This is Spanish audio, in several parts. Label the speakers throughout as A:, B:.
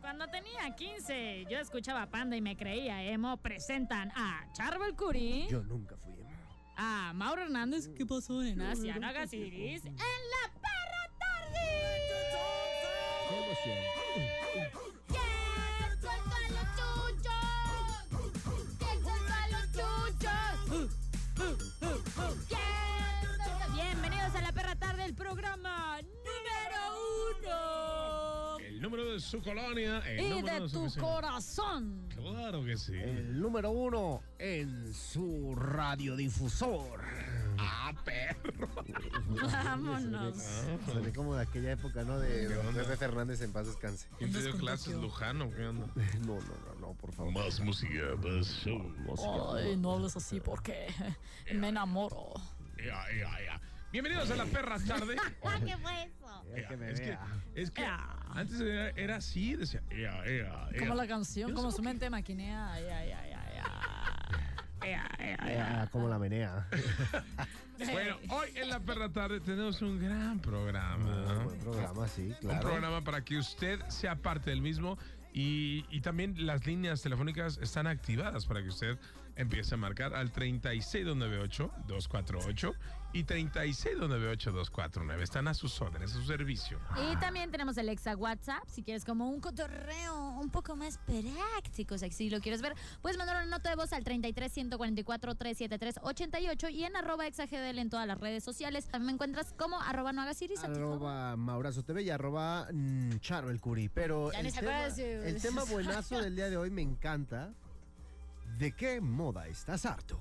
A: Cuando tenía 15, yo escuchaba Panda y me creía emo. Presentan a Charvel Curry. Yo nunca fui emo. A Mauro Hernández. ¿Qué pasó en Asia? Nagasiris. En la perra tarde.
B: Que suelto a los chuchos. Que suelto a los chuchos.
A: Yeah. Bienvenidos a la perra tarde, el programa número uno.
C: El número de su colonia, el
A: Y
C: número
A: de
C: su
A: tu
C: oficina.
A: corazón.
C: Claro que sí.
D: Eh,
E: El número uno en su radiodifusor.
C: Ah, perro.
A: Vámonos.
D: Soné como de aquella época, ¿no?
C: ¿Qué
D: De don
C: onda?
D: Pepe Fernández en paz descanse.
C: ¿Quién te dio clases, Lujano? ¿Qué onda?
D: No, no, no, no, por favor.
C: Más música, más show.
A: Ay, no hables así porque me enamoro.
C: Ea, ea, ea. Bienvenidos a la perra tarde.
B: Ah, ¿Qué fue eso?
D: Mira que me
C: es que,
D: vea.
C: es que
A: Ea.
C: antes era, era así, decía, ea, ea, ea.
A: Como la canción,
C: Yo no
A: como
C: sé
A: su mente maquinea. Ay, ay, ay, ay, ay. Ay, ay, ay, ay.
D: Ah, como la menea.
C: Bueno, hoy en la perra tarde tenemos un gran programa.
D: Buen Ah. programa, sí,
C: Un
D: claro.
C: programa para que usted sea parte del mismo y, y también las líneas telefónicas están activadas para que usted empiece a marcar al 3698-248 y 3698-249. Están a sus órdenes, a su servicio.
A: Y también tenemos el exa WhatsApp, si quieres como un cotorreo un poco más práctico, o sea, si lo quieres ver, puedes mandar una nota de voz al 33 144 373 88 y en arroba exagdl en todas las redes sociales. También me encuentras como arroba no hagas iris. a ti, favor.
D: Arroba Maurazo TV y arroba mm, Charo el Curi. Pero
A: Ya
D: el
A: ni se
D: tema,
A: acuerda de su-
D: el tema buenazo del día de hoy me encanta. ¿De qué moda estás harto?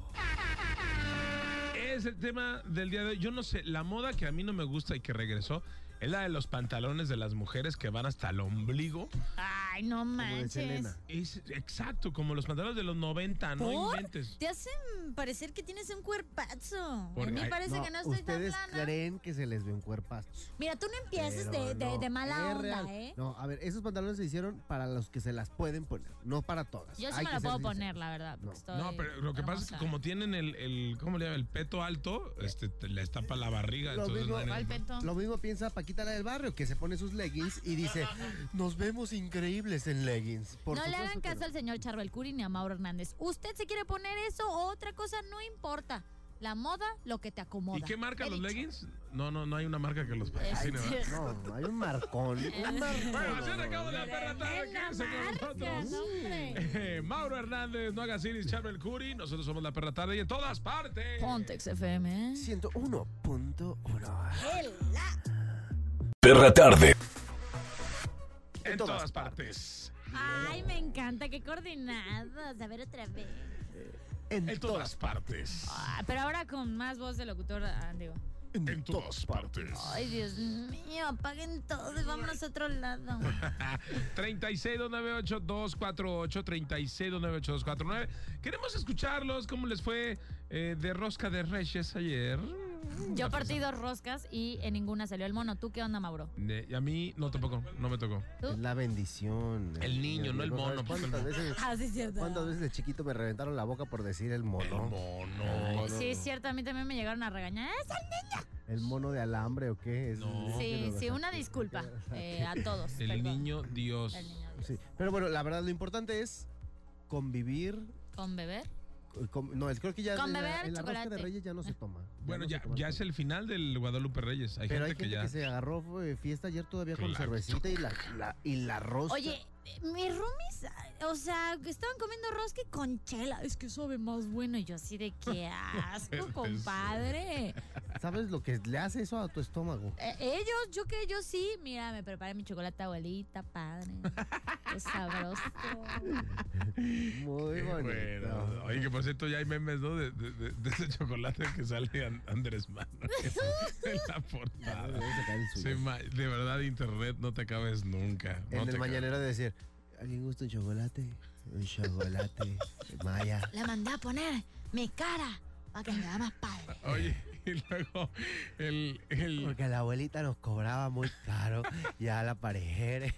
C: Es el tema del día de hoy. Yo no sé, la moda que a mí no me gusta y que regresó es la de los pantalones de las mujeres que van hasta el ombligo.
A: Ay, no
D: Como de
A: manches.
D: Selena.
C: Es exacto, como los pantalones de los 90, no
A: ¿Por?
C: inventes.
A: Te hacen parecer que tienes un cuerpazo. A
C: Porque
A: mí
C: hay-
A: parece que no estoy tan
D: ustedes
A: plana.
D: creen que se les ve un cuerpazo.
A: Mira, tú no empieces
D: Pero
A: de, de-
D: no,
A: de mala
D: es
A: onda,
D: real.
A: ¿eh?
D: No, a ver, esos pantalones se hicieron para los que se las pueden poner, no para todas.
A: Yo sí
D: Hay
A: me
D: que
A: lo
D: ser
A: puedo
D: sinceros.
A: poner, la verdad.
D: No.
A: porque estoy
C: No, pero lo que pasa es que
A: hermosa.
C: como tienen el, el ¿cómo le llaman? El peto alto, este, te- les tapa la barriga.
D: Lo
C: entonces
D: mismo-
C: no hay
D: ¿Cuál
C: ningún-
D: Lo mismo piensa Paquita la del barrio, que se pone sus leggings y dice, nos vemos increíbles en leggings. Por
A: no le
D: supuesto
A: hagan
D: que
A: caso
D: no.
A: al señor Charbel Curi ni a Mauro Hernández. Usted se quiere poner eso o otra cosa, no importa. La moda, lo que te acomoda.
C: ¿Y qué marca
A: He
C: los
A: dicho.
C: leggings? No, no, no hay una marca que los
A: Ay,
C: patrocine. ¿verdad?
D: No, hay un marcón. un marcón.
C: Bueno, así acabo de la perra tarde,
A: En la
C: quédense con
A: marca,
C: nosotros.
A: no, hombre.
C: Eh, Mauro Hernández, No hagas iris, Charbel Curry. Nosotros somos la perra tarde y en todas partes.
A: Pontex FM, ¿eh?
D: 101.1.
F: Perra Tarde.
C: En todas partes.
A: Ay, me encanta, qué coordinados. A ver otra vez.
D: En,
C: En todas partes.
A: Ah, pero ahora con más voz de locutor, ah, digo.
D: en
C: En
D: to-
C: todas partes.
A: Ay, Dios mío, apaguen todo y vámonos a otro lado.
C: 36298248 36298249. Queremos escucharlos cómo les fue eh, de rosca de reyes ayer.
A: Yo partí dos roscas y en ninguna salió el mono. ¿Tú qué onda, Mauro?
C: Ne- y a mí no tampoco, no me tocó.
D: Es la bendición.
C: El niño, no el
D: Diego, ¿sabes
C: mono, porque el
D: ¿Cuántas
C: mono-
D: veces,
A: Ah, sí, es cierto.
D: cuántas veces de chiquito me reventaron la boca por decir el mono?
C: mono.
A: Sí, es cierto, a mí también me llegaron a regañar.
D: ¿El mono de alambre o qué? Es-
C: No.
D: es que
A: Sí,
D: lo-
A: sí, una disculpa eh, a todos.
C: El
A: perdón.
C: niño Dios.
A: El niño.
D: Sí, Pero bueno, la verdad, lo importante es convivir.
A: ¿Con beber?
D: eh, con- no, es- creo que ya
A: Con
D: en la-
A: beber
D: en la rosca de
A: chocolate.
D: Reyes ya no se toma.
C: Bueno,
D: no se
C: ya,
D: toma
C: ya
D: el
C: es el final del Guadalupe Reyes. Hay
D: Pero
C: gente
D: hay gente
C: que ya.
D: que, se agarró eh, fiesta ayer todavía con
C: Claro.
D: cervecita y la, la- y la rosca.
B: Oye,
A: Mis roomies, ah, o sea, que estaban comiendo rosca y con chela. Es que sabe más bueno. Y yo así de qué asco, compadre.
D: ¿sabes lo que le hace eso a tu estómago?
A: Eh, ellos, yo que yo sí. Mira, me preparé mi chocolate abuelita, padre. Qué sabroso.
D: Muy
C: Qué
D: bonito.
C: bueno. Oye, que por cierto, ya hay memes, ¿no? De, de- de- de ese chocolate que sale An- Andrés Manuel en la
D: Ah,
C: portada.
D: voy a sacar el suyo.
C: Se ma- de verdad, internet no te acabes nunca. No
D: en
C: te
D: el
C: acabes.
D: mañanero decir, ¿alguien gusta un chocolate? un chocolate, Maya.
A: La mandé a poner mi cara para que me vea más padre.
C: Oye, y luego el, el-
D: Porque la abuelita nos cobraba muy caro ya la parejera.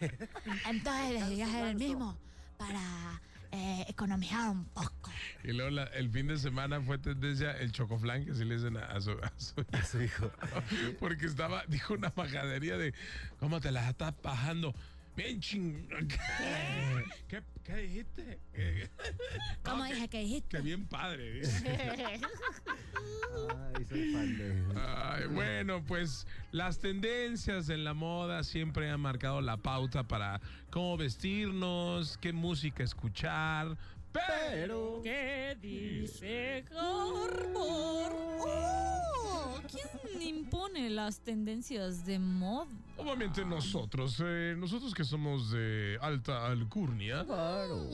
A: Entonces decidí hacer el mismo para eh, economizar un poco.
C: y luego la- el fin de semana fue tendencia el chocoflan, que así le dicen a, a su, a su-
D: a su hijo.
C: Porque estaba, dijo una majadería de cómo te las estás bajando. Bien ching. ¿Qué, ¿Qué, qué dijiste? Que-
A: ¿Cómo
C: que-
A: dije que
C: Que
A: dijiste?
C: bien padre.
D: Ay, soy fan de...
C: Ay, bueno, pues las tendencias en la moda siempre han marcado la pauta para cómo vestirnos, qué música escuchar. Pero.
A: ¿Qué dice Harbour? oh, ¿Quién impone las tendencias de moda?
C: Obviamente nosotros, eh, nosotros que somos de alta alcurnia,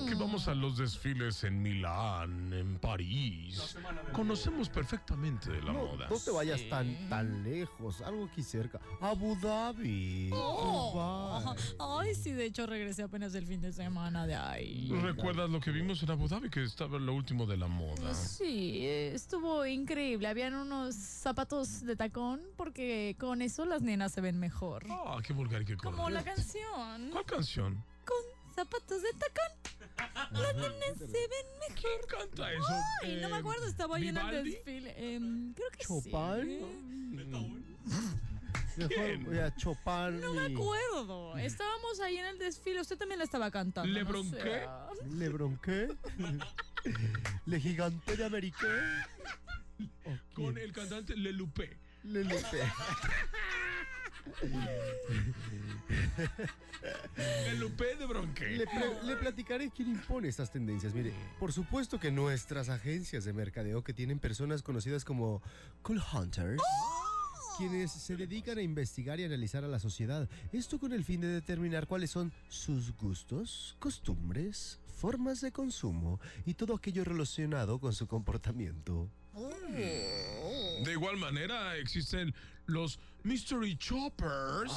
C: que vamos a los desfiles en Milán, en París, conocemos perfectamente de la moda.
D: No te vayas tan, tan lejos, algo aquí cerca. Abu Dhabi. Dubái.
A: Ay, sí, de hecho regresé apenas el fin de semana de ahí.
C: ¿Recuerdas lo que vimos en Abu Dhabi, que estaba lo último de la moda?
G: Sí, eh, estuvo increíble. Habían unos zapatos de tacón porque con eso las nenas se ven mejor.
C: Ah, qué vulgar y qué
G: Como la
C: corriente.
G: canción.
C: ¿Cuál canción?
G: Con zapatos de tacón las nenas se ven mejor.
C: ¿Quién canta eso?
G: Ay, no me
C: Eh,
G: acuerdo, estaba ahí en el
C: ¿Vivaldi?
G: desfile. Em, creo que sí.
D: Chopin.
C: ¿Quién?
D: Mejor voy a Chopin.
G: No me
D: y
G: acuerdo. Estábamos ahí en el desfile. Usted también la estaba cantando.
C: ¿Le
G: no
C: bronqué?
G: sé.
D: Le bronqué. Le gigante de América.
C: Con el cantante Le Lupé.
D: Le lupe.
C: Le Lupé de Bronque.
D: Le, pla- le platicaré quién impone estas tendencias. Mire,
G: Mm.
D: por supuesto que nuestras agencias de mercadeo que tienen personas conocidas como Cool Hunters.
G: ¡Oh!
D: Quienes se dedican a investigar y analizar a la sociedad, esto con el fin de determinar cuáles son sus gustos, costumbres, formas de consumo y todo aquello relacionado con su comportamiento.
C: De igual manera existen los Mystery Choppers.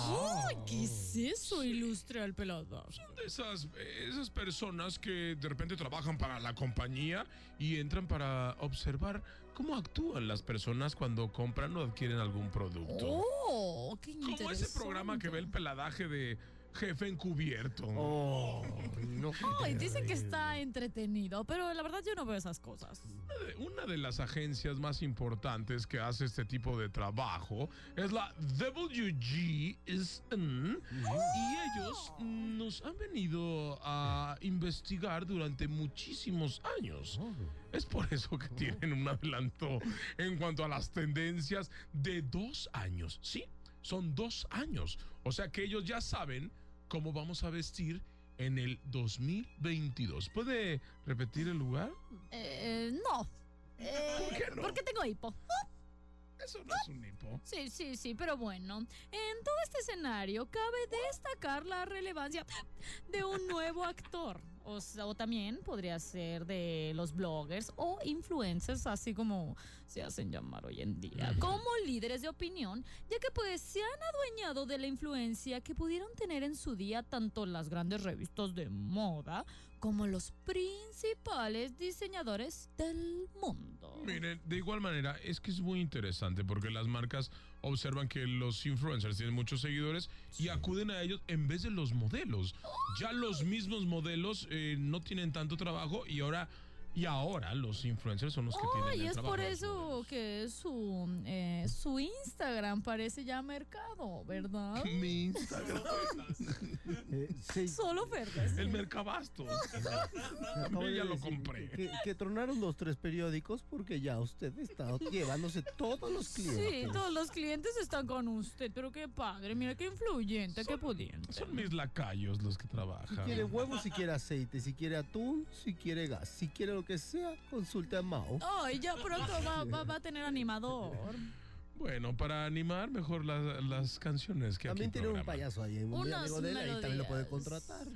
G: Ay, ¿qué es eso? Ilustre al pelado.
C: de Esas, esas personas que de repente trabajan para la compañía y entran para observar cómo actúan las personas cuando compran o adquieren algún producto.
G: Oh, qué
C: Como ese programa que ve el peladaje de jefe encubierto.
D: Oh, no.
G: Ay, dicen que está entretenido, pero la verdad yo no veo esas cosas.
C: Una de- Una de las agencias más importantes que hace este tipo de trabajo es la WGSN y ellos nos han venido a investigar durante muchísimos años. Es por eso que tienen un adelanto en cuanto a las tendencias de dos años. Sí, son dos años. O sea que ellos ya saben cómo vamos a vestir en el 2022. ¿Puede repetir el lugar?
A: Eh, no. Eh,
C: ¿Por qué no?
A: Porque tengo hipo.
C: Eso no es un hipo.
G: Sí, sí, sí, pero bueno, en todo este escenario cabe destacar la relevancia de un nuevo actor. O, sea, o también podría ser de los bloggers o influencers, así como se hacen llamar hoy en día, como líderes de opinión, ya que pues se han adueñado de la influencia que pudieron tener en su día tanto las grandes revistas de moda como los principales diseñadores del mundo.
C: Miren, de igual manera, es que es muy interesante porque las marcas observan que los influencers tienen muchos seguidores y acuden a ellos en vez de los modelos. Ya los mismos modelos eh, no tienen tanto trabajo y ahora y ahora los influencers son los que tienen
G: Y
C: el
G: es
C: trabajo
G: por
C: de los
G: eso
C: modelos.
G: que su, eh, su Instagram parece ya mercado, ¿verdad?
C: Mi Instagram,
D: Eh, sí,
G: Solo verdes.
C: el Mercabasto.
D: Acabo de
C: ya lo
D: decir
C: compré.
D: Que, que tronaron los tres periódicos porque ya usted está llevándose todos los clientes.
G: Sí, todos los clientes están con usted, pero qué padre, mira qué influyente, qué pudiente.
C: Son mis lacayos los que
D: Si quiere
C: trabajan.
D: huevo, si quiere aceite, si quiere atún, si quiere gas, si quiere lo que sea, consulte a Mao.
G: Ay, ya pronto va, va- va a tener animador.
C: Bueno, para animar mejor la- las canciones que
D: También
C: aquí
D: tiene un
C: programan.
D: payaso ahí, un muy
G: Unas
D: amigo de él, ahí también lo puede
G: melodías.
D: contratar.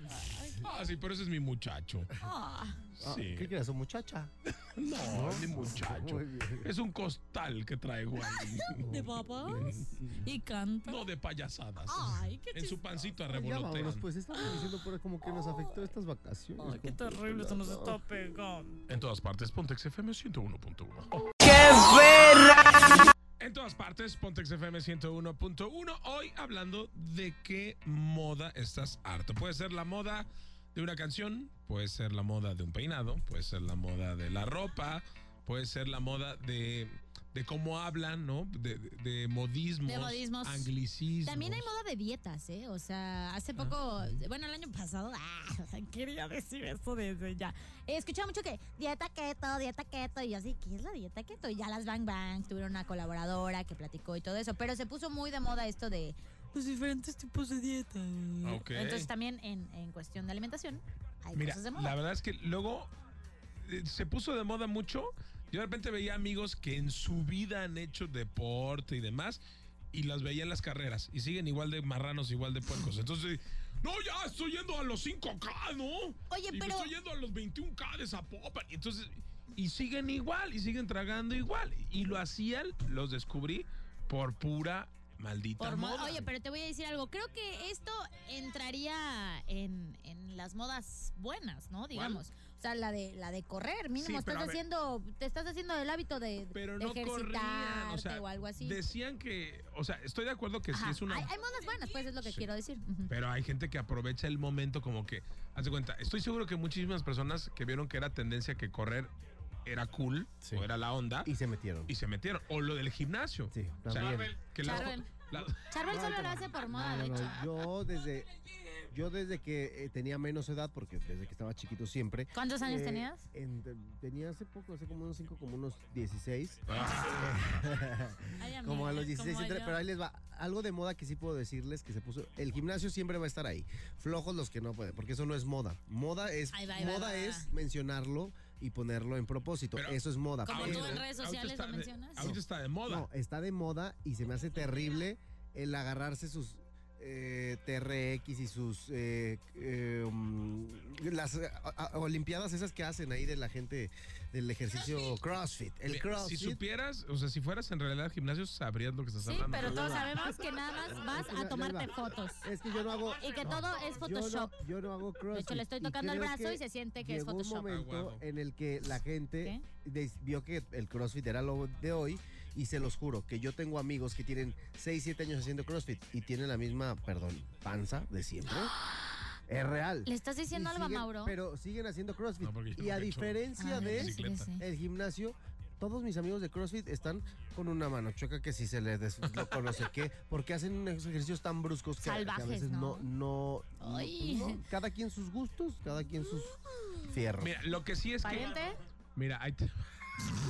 C: Ah, sí, pero ese es mi muchacho.
G: Ah,
D: Ah,
C: Sí.
D: ¿Qué creas, su muchacha?
C: No, mi muchacho.
D: Muy bien.
C: Es un costal que traigo ahí.
G: ¿De papas? ¿Y canta?
C: No de payasadas.
G: Ay, qué
C: En su
G: chistoso.
C: pancito
D: Ya vámonos,
C: revolotean.
D: pues estamos diciendo por como que nos afectó estas vacaciones.
G: Ah. Ay, qué
D: compadre.
G: terrible, esto nos está pegando.
C: En todas partes, Pontex FM 101.1.
H: ¡Qué verra!
C: En todas partes, Pontex FM 101.1. Hoy hablando de qué moda estás harto. Puede ser la moda de una canción, puede ser la moda de un peinado, puede ser la moda de la ropa, puede ser la moda de, de cómo hablan, ¿no? De, de- de modismos,
A: De modismos.
C: anglicismos.
A: También hay moda de dietas, ¿eh? O sea, hace poco,
C: Ah.
A: bueno, el año pasado, ah, quería decir eso desde ya. He escuchado mucho que dieta keto, dieta keto, y yo así, ¿qué es la dieta keto? Y ya las Bang Bang tuvieron una colaboradora que platicó y todo eso, pero se puso muy de moda esto de los diferentes tipos de dieta.
C: Ok.
A: Entonces también en, en cuestión de alimentación hay
C: Mira,
A: cosas de
C: la
A: moda.
C: verdad es que luego eh, se puso de moda mucho. Yo de repente veía amigos que en su vida han hecho deporte y demás y las veía en las carreras y siguen igual de marranos, igual de puercos. Entonces, no, ya estoy yendo a los 5K, ¿no?
A: Oye,
C: Y me
A: pero-
C: estoy yendo a los 21K de Zapopan. Y Entonces, y siguen igual y siguen tragando igual. Y lo hacían, los descubrí por pura maldita
A: Por mo-
C: moda.
A: Oye, pero te voy a decir algo. Creo que esto entraría en, en las modas buenas, ¿no? Digamos. O sea, la de la de correr, mínimo
C: Sí, pero a
A: estás
C: ver.
A: haciendo te estás haciendo el hábito de,
C: pero
A: de
C: no corrían,
A: ejercitarte
C: o sea,
A: o algo así.
C: decían que, o sea, estoy de acuerdo que sí
A: Ajá.
C: es una
A: hay, hay modas buenas, pues es lo que
C: Sí.
A: quiero decir. Ujú.
C: Pero hay gente que aprovecha el momento como que, haz de cuenta, estoy seguro que muchísimas personas que vieron que era tendencia que correr era cool
D: Sí.
C: o era la onda
D: Y se metieron.
C: y se metieron. O lo del gimnasio.
D: Sí,
C: O sea,
D: también.
C: que la-
A: Charbel.
C: la-
A: Charbel solo lo hace por moda, de
D: No, no,
A: hecho.
D: no, yo desde yo desde que eh, tenía menos edad, porque desde que estaba chiquito siempre.
A: ¿Cuántos años
D: eh,
A: tenías?
D: en- tenía hace poco, hace como unos 5, como unos 16.
A: Ay, amiga,
D: como a los 16,
A: como
D: entre-
A: yo.
D: pero ahí les va. Algo de moda que sí puedo decirles que se puso. El gimnasio siempre va a estar ahí. Flojos los que no pueden, porque eso no es moda. Moda es
A: Ahí va, ahí va,
D: moda
A: ahí va, ahí
D: es mencionarlo y ponerlo en propósito.
C: Pero-
D: eso es moda.
A: Como
C: ahorita-
A: tú en
D: pero-
A: redes
C: ahorita
A: sociales
C: está
A: lo
C: de-
A: mencionas.
C: Ahorita está de moda.
D: no, está de moda y se me hace terrible el agarrarse sus eh, TRX y sus eh, eh, mm, las eh, a- a- olimpiadas esas que hacen ahí de la gente del ejercicio CrossFit.
C: Mira,
D: El
C: Si
D: CrossFit.
C: supieras, o sea, si fueras en realidad al gimnasio, sabrías lo que estás
A: Sí,
C: hablando.
A: pero todos sabemos que nada más
D: Es
A: vas
D: que ahí
A: a
D: va.
A: tomarte fotos.
D: es que yo no hago
A: Y que todo es
D: yo no,
A: Photoshop.
D: yo no hago CrossFit.
A: De hecho, le estoy
D: Y
A: tocando el
D: creo
A: brazo
D: que
A: y se siente que es
D: Llegó un
A: Photoshop.
D: momento
C: Aguado.
D: en el que la gente des- vio que el CrossFit era lo de hoy y se los juro que yo tengo amigos que tienen 6, 7 años haciendo CrossFit y tienen la misma, perdón, panza de siempre. Es real.
A: ¿Le estás diciendo
D: Y
A: algo a
D: siguen-
A: Mauro?
D: Pero siguen haciendo CrossFit.
C: No, porque yo
D: y a
C: nunca he hecho
D: diferencia
A: Ah,
D: de
A: sí,
C: bicicleta.
A: sí.
D: el gimnasio, todos mis amigos de CrossFit están con una mano choca que si se les desloca no sé qué, porque hacen unos ejercicios tan bruscos que, que a
A: Salvajes,
D: veces no,
A: ¿no?
D: no,
A: Ay. Mm.
D: no- no, cada quien sus gustos, cada quien sus fierros.
C: Mira, lo que sí es que.
A: ¿Pariente?
C: Mira, ahí te-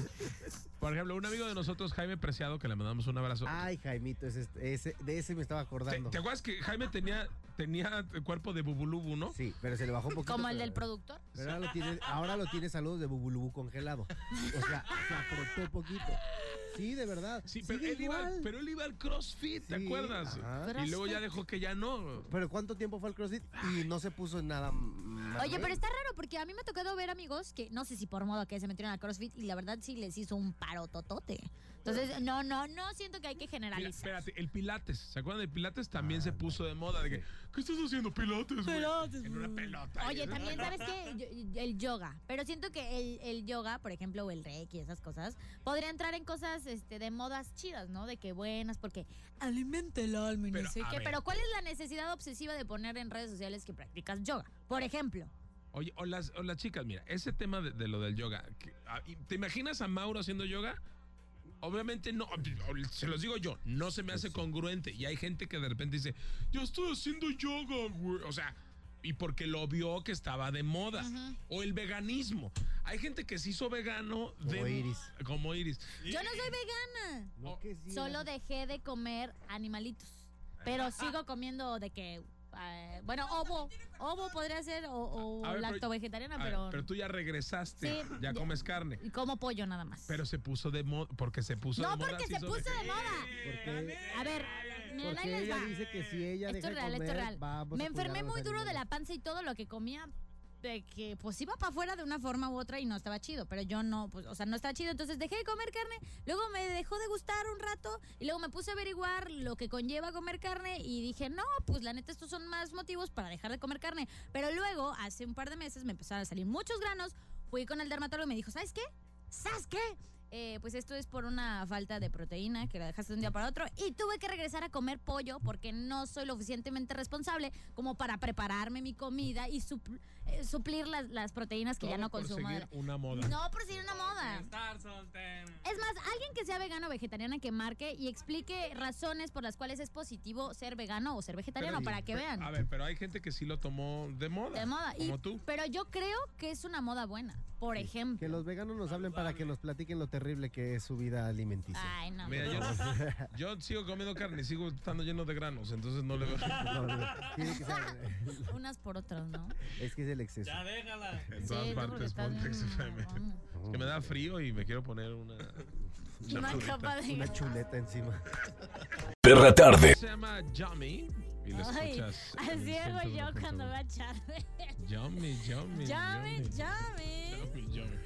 C: Por ejemplo, un amigo de nosotros, Jaime Preciado, que le mandamos un abrazo.
D: Ay, Jaimito, ese, ese- de ese me estaba
C: ¿Te,
D: acordando.
C: te acuerdas que Jaime tenía, tenía el cuerpo de Bubulubu, no?
D: Sí, pero se le bajó un poquito.
A: Como el
D: pero-
A: del productor.
D: pero ahora lo tiene, ahora lo tiene saludos de bubulubú congelado. O sea, se apretó poquito. Sí, de verdad.
C: Sí, pero
D: Sigue
C: él, iba,
D: igual.
C: pero él iba al CrossFit, ¿te
D: Sí,
C: acuerdas?
D: ajá.
C: Y luego ya dejó que ya no.
D: Pero ¿cuánto tiempo fue al CrossFit? Y no se puso en nada más.
A: Oye, pero está raro porque a mí me ha tocado ver amigos que no sé si por moda que se metieron a CrossFit y la verdad sí les hizo un paro totote. Entonces, no, no, no siento que hay que
C: Mira,
A: generalizar.
C: espérate, el Pilates. ¿se acuerdan del Pilates? También se puso de moda. De que, ¿Qué estás haciendo, Pilates, güey? En una pelota.
A: Oye,
C: Y-
A: también sabes que el yoga, pero siento que el, el yoga, por ejemplo, o el reiki, esas cosas, podría entrar en cosas este, de modas chidas, ¿no? De que buenas, porque alimenta el alma y no
C: Pero,
A: sé
C: a
A: qué.
C: ver.
A: Pero ¿cuál es la necesidad obsesiva de poner en redes sociales que practicas yoga? Por ejemplo.
C: Oye, o las, o las chicas, mira, ese tema de, de lo del yoga. que- ah, y- ¿Te imaginas a Mauro haciendo yoga? Obviamente no, ob- se los digo yo, no se me hace congruente. Y hay gente que de repente dice, yo estoy haciendo yoga, güey. O sea, y porque lo vio que estaba de moda. O el veganismo. Hay gente que se hizo vegano de...
D: Como Iris.
C: Como Iris.
A: Yo no soy vegana.
D: No, que sí,
A: Solo
D: era-
A: dejé de comer animalitos. Pero sigo comiendo de que. eh, bueno, ovo. Ovo podría ser o, o
C: A ver, pero-
A: lactovegetariana,
C: A ver,
A: pero,
C: pero tú ya regresaste,
A: Sí,
C: ya
A: ya.
C: comes carne.
A: y como pollo nada más.
C: Pero se puso de moda, porque se puso de
A: no,
C: moda.
A: porque se
C: hizo
A: puso de
C: vegana.
A: moda.
D: Porque,
A: A ver, miren, ahí
D: porque
A: les
D: ella
A: va.
D: dice que si ella
A: Esto es
D: deja de
A: real, esto es
D: comer,
A: real.
D: vamos
A: Me
D: a cuidar a
A: enfermé
D: los
A: muy duro de
D: animales.
A: la panza y todo lo que comía de que pues iba para afuera de una forma u otra y no estaba chido, pero yo no, pues, o sea, no estaba chido, entonces dejé de comer carne, luego me dejó de gustar un rato y luego me puse a averiguar lo que conlleva comer carne y dije, no, pues la neta estos son más motivos para dejar de comer carne, pero luego hace un par de meses me empezaron a salir muchos granos, fui con el dermatólogo y me dijo, ¿sabes qué? ¿Sabes qué? Eh, pues esto es por una falta de proteína que la dejaste de un día para otro y tuve que regresar a comer pollo porque no soy lo suficientemente responsable como para prepararme mi comida y supl- eh, suplir las, las proteínas que ya
I: Todo
A: no
I: por
A: consumo.
I: seguir una moda.
A: No por seguir una moda.
I: Estar soltero.
A: Es más, alguien que sea vegano o vegetariana que marque y explique razones por las cuales es positivo ser vegano o ser vegetariano
C: Pero-
A: para que
C: pero-
A: vean.
C: A ver, pero hay gente que sí lo tomó de moda.
A: De moda. Y-
C: Como tú.
A: Pero yo creo que es una moda buena. Por ejemplo.
D: Que los veganos nos hablen para que nos platiquen lo terrible que es su vida alimenticia.
A: Ay, no.
C: Mira, yo, yo sigo comiendo carne y sigo estando lleno de granos, entonces no le veo.
A: Unas por otras, ¿no?
D: Es que es el exceso.
I: Ya déjala.
C: En todas
A: Sí, no, porque
C: partes,
A: estás
C: ponte
A: bien
C: XFM. Es que me da frío y me quiero poner una.
A: Una
C: chuleta.
A: capa de-
D: Una chuleta encima.
F: Perra tarde.
C: Se llama Yummy. Y lo
A: Ay,
C: escuchas. en
A: así hago
C: punto
A: yo
C: uno punto
A: cuando
C: uno.
A: va a echarme.
C: Yummy, yummy.
A: Llame,
C: yummy.
A: llame.
C: Yummy, yummy.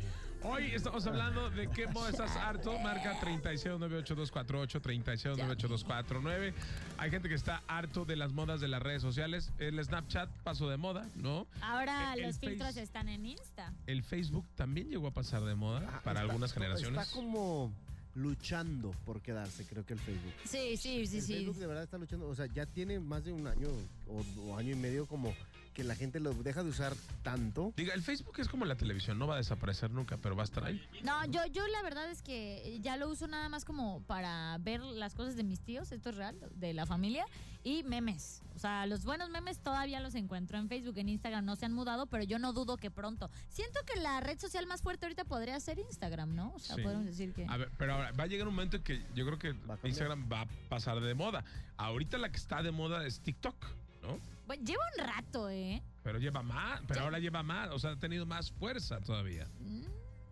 C: Hoy estamos hablando de qué moda estás harto. Marca 3698248, 3698249. Hay gente que está harto de las modas de las redes sociales. El Snapchat pasó de moda, ¿no?
A: Ahora
C: El- el
A: los filtros
C: Face-
A: están en Insta.
C: El Facebook también llegó a pasar de moda para algunas generaciones.
D: Ah, Está como luchando por quedarse, creo que el Facebook.
A: Sí, sí, sí,
D: el
A: sí.
D: Facebook de verdad está luchando. O sea, ya tiene más de un año o, o año y medio como que la gente lo deja de usar tanto.
C: Diga, el Facebook es como la televisión, no va a desaparecer nunca, pero va a estar ahí.
A: No, yo, yo la verdad es que ya lo uso nada más como para ver las cosas de mis tíos, esto es real, de la familia, y memes. O sea, los buenos memes todavía los encuentro en Facebook, en Instagram, no se han mudado, pero yo no dudo que pronto. Siento que la red social más fuerte ahorita podría ser Instagram, ¿no? O sea,
C: Sí.
A: podemos decir que...
C: A ver, pero ahora va a llegar un momento en que yo creo que
D: cambiar.
C: Instagram va a pasar de moda. Ahorita la que está de moda es TikTok, ¿no?
A: Bueno, lleva un rato, ¿eh?
C: Pero lleva más, pero ahora lleva más, o sea, ha tenido más fuerza todavía.
A: Mm,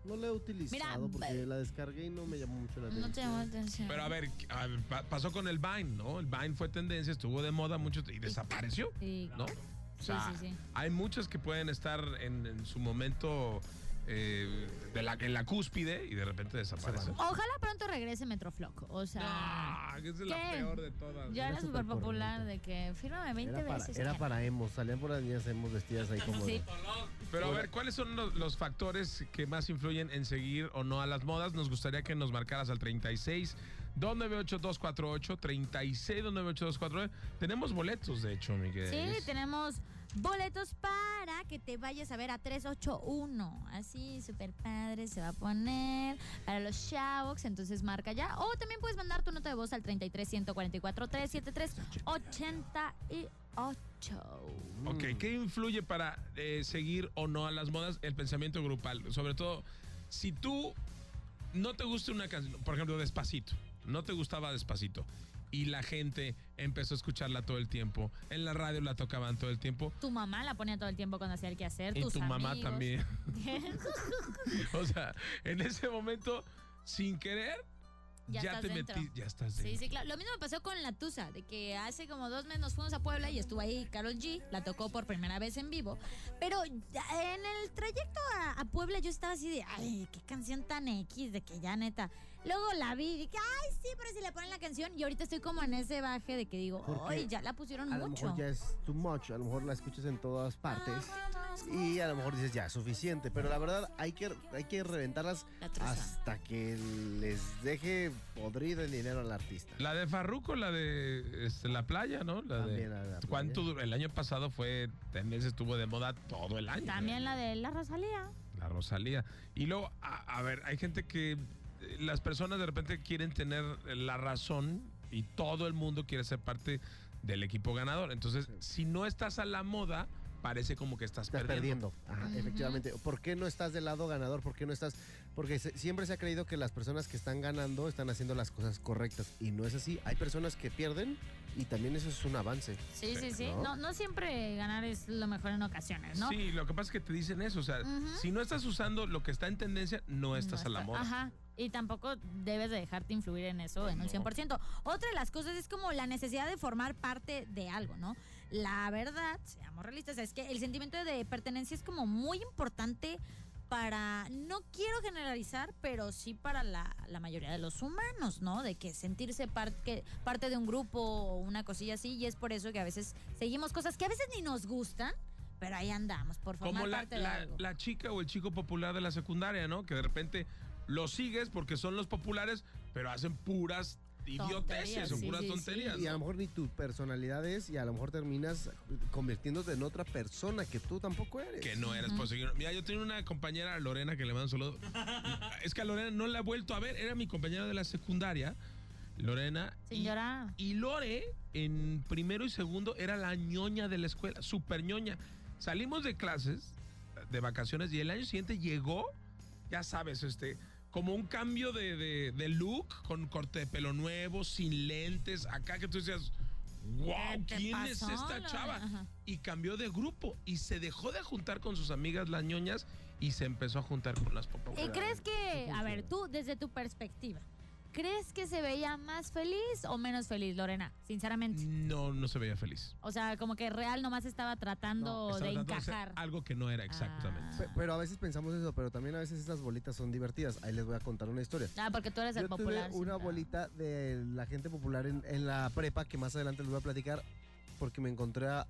D: No la he utilizado
A: Mira,
D: porque la descargué y no me llamó mucho la atención.
A: No te llama la atención.
C: Pero a ver, a ver, pa- pasó con el Vine, ¿no? El Vine fue tendencia, estuvo de moda mucho y desapareció,
A: Sí,
C: ¿no? O
A: sí,
C: sea,
A: sí, sí.
C: hay muchas que pueden estar en, en su momento eh, de la, en la cúspide y de repente desaparecen.
A: Ojalá pronto regrese Metroflock. O sea,
C: Ah, que esa es la
A: ¿Qué?
C: peor de todas.
A: yo
D: era
A: era súper
D: supercorriente.
A: popular de que fírmame 20
D: Era para,
A: veces.
D: era
A: ya".
D: para emos, salían por las niñas emos vestidas ahí como... de-
A: Ah, Sí.
C: Pero a ver, ¿cuáles son los, los factores que más influyen en seguir o no a las modas? Nos gustaría que nos marcaras al 36 298248 36 298248. Tenemos boletos, de hecho, Miguel.
A: Sí, tenemos boletos para que te vayas a ver a 381. Así, súper padre, se va a poner para los Shavox, entonces marca ya. O también puedes mandar tu nota de voz al 33 144 373 88.
C: Ok, ¿qué influye para eh, seguir o no a las modas? El pensamiento grupal. Sobre todo, si tú no te gusta una canción, por ejemplo, Despacito, no te gustaba Despacito, y la gente empezó a escucharla todo el tiempo, en la radio la tocaban todo el tiempo,
A: Tu mamá la ponía todo el tiempo cuando hacía el quehacer.
C: y
A: tus
C: tu mamá
A: amigos.
C: también. O sea, en ese momento, sin querer, ya,
A: Ya estás
C: te
A: dentro.
C: metí, ya estás
A: Sí,
C: dentro.
A: sí, claro. Lo mismo me pasó con la Tusa, de que hace como dos meses nos fuimos a Puebla y estuvo ahí Carol G, la tocó por primera vez en vivo. Pero ya en el trayecto a, a Puebla yo estaba así de, ay, qué canción tan X, de que ya neta. Luego la vi y dije, ay, sí, pero si le ponen la canción. Y ahorita estoy como en ese baje de que digo,
D: Porque
A: ay, ya la pusieron
D: A lo
A: mucho.
D: mejor ya es too much, a lo mejor la escuchas en todas partes y a lo mejor dices ya, suficiente, pero la verdad hay que, hay que reventarlas
A: La Tusa.
D: hasta que les deje podrido el dinero al artista.
C: La de Farruko, la de este, la playa, ¿no? La
D: También
C: de,
D: la de la playa.
C: ¿Cuánto duró? El año pasado fue, tendencia estuvo de moda todo el año.
A: También la de la Rosalía.
C: La Rosalía. Y luego, a, a ver, hay gente que eh, las personas de repente quieren tener eh, la razón y todo el mundo quiere ser parte del equipo ganador. Entonces, si no estás a la moda, parece como que estás,
D: Estás
C: perdiendo.
D: perdiendo, Ajá, efectivamente. ¿Por qué no estás del lado ganador? ¿Por qué no estás? Porque se- siempre se ha creído que las personas que están ganando están haciendo las cosas correctas y no es así. Hay personas que pierden y también eso es un avance.
A: Sí, sí, sí.
D: ¿no?
A: No, no siempre ganar es lo mejor en ocasiones, ¿no?
C: Sí, lo que pasa es que te dicen eso. O sea,
A: Ujú.
C: si no estás usando lo que está en tendencia, no estás
A: No
C: a la
A: está-
C: moda.
A: Ajá. Y tampoco debes de dejarte influir en eso en un 100%. Otra de las cosas es como la necesidad de formar parte de algo, ¿no? la verdad, seamos realistas, es que el sentimiento de pertenencia es como muy importante para, no quiero generalizar, pero sí para la, la mayoría de los humanos, ¿no? De que sentirse par- que- parte de un grupo o una cosilla así, y es por eso que a veces seguimos cosas que a veces ni nos gustan, pero ahí andamos, por favor.
C: Como la, la- la chica o el chico popular de la secundaria, ¿no? Que de repente lo sigues porque son los populares, pero hacen puras idioteces o
A: sí,
C: puras
A: sí, sí.
C: tonterías.
D: Y a
C: ¿no?
D: lo mejor ni tu personalidad es y a lo mejor terminas convirtiéndote en otra persona que tú tampoco eres.
C: Que no eres por seguir. Mira, yo tenía una compañera, Lorena, que le mando un saludo. Es que a Lorena no la he vuelto a ver, era mi compañera de la secundaria, Lorena. y-
A: Señora.
C: Y Lore, en primero y segundo, era la ñoña de la escuela, super ñoña. Salimos de clases, de vacaciones, y el año siguiente llegó, ya sabes, este, como un cambio de, de- de look, con corte de pelo nuevo, sin lentes, acá que tú decías, wow,
A: te
C: Oh, ¿quién es
A: pasó,
C: esta
A: Lore?
C: chava?
A: Ajá.
C: Y cambió de grupo y se dejó de juntar con sus amigas las ñoñas y se empezó a juntar con las populares.
A: ¿Y Eh, crees que, a ver, tú, desde tu perspectiva, ¿crees que se veía más feliz o menos feliz, Lorena? Sinceramente.
C: No, no se veía feliz.
A: O sea, como que real nomás estaba tratando
C: Estaba
A: de
C: tratando de hacer
A: encajar.
C: algo que no era exactamente.
D: Pe- Pero a veces pensamos eso, pero también a veces estas bolitas son divertidas. Ahí les voy a contar una historia.
A: Ah, porque tú eres el
D: Yo tuve
A: popular.
D: una
A: siempre.
D: bolita de la gente popular en, en la prepa que más adelante les voy a platicar porque me encontré a,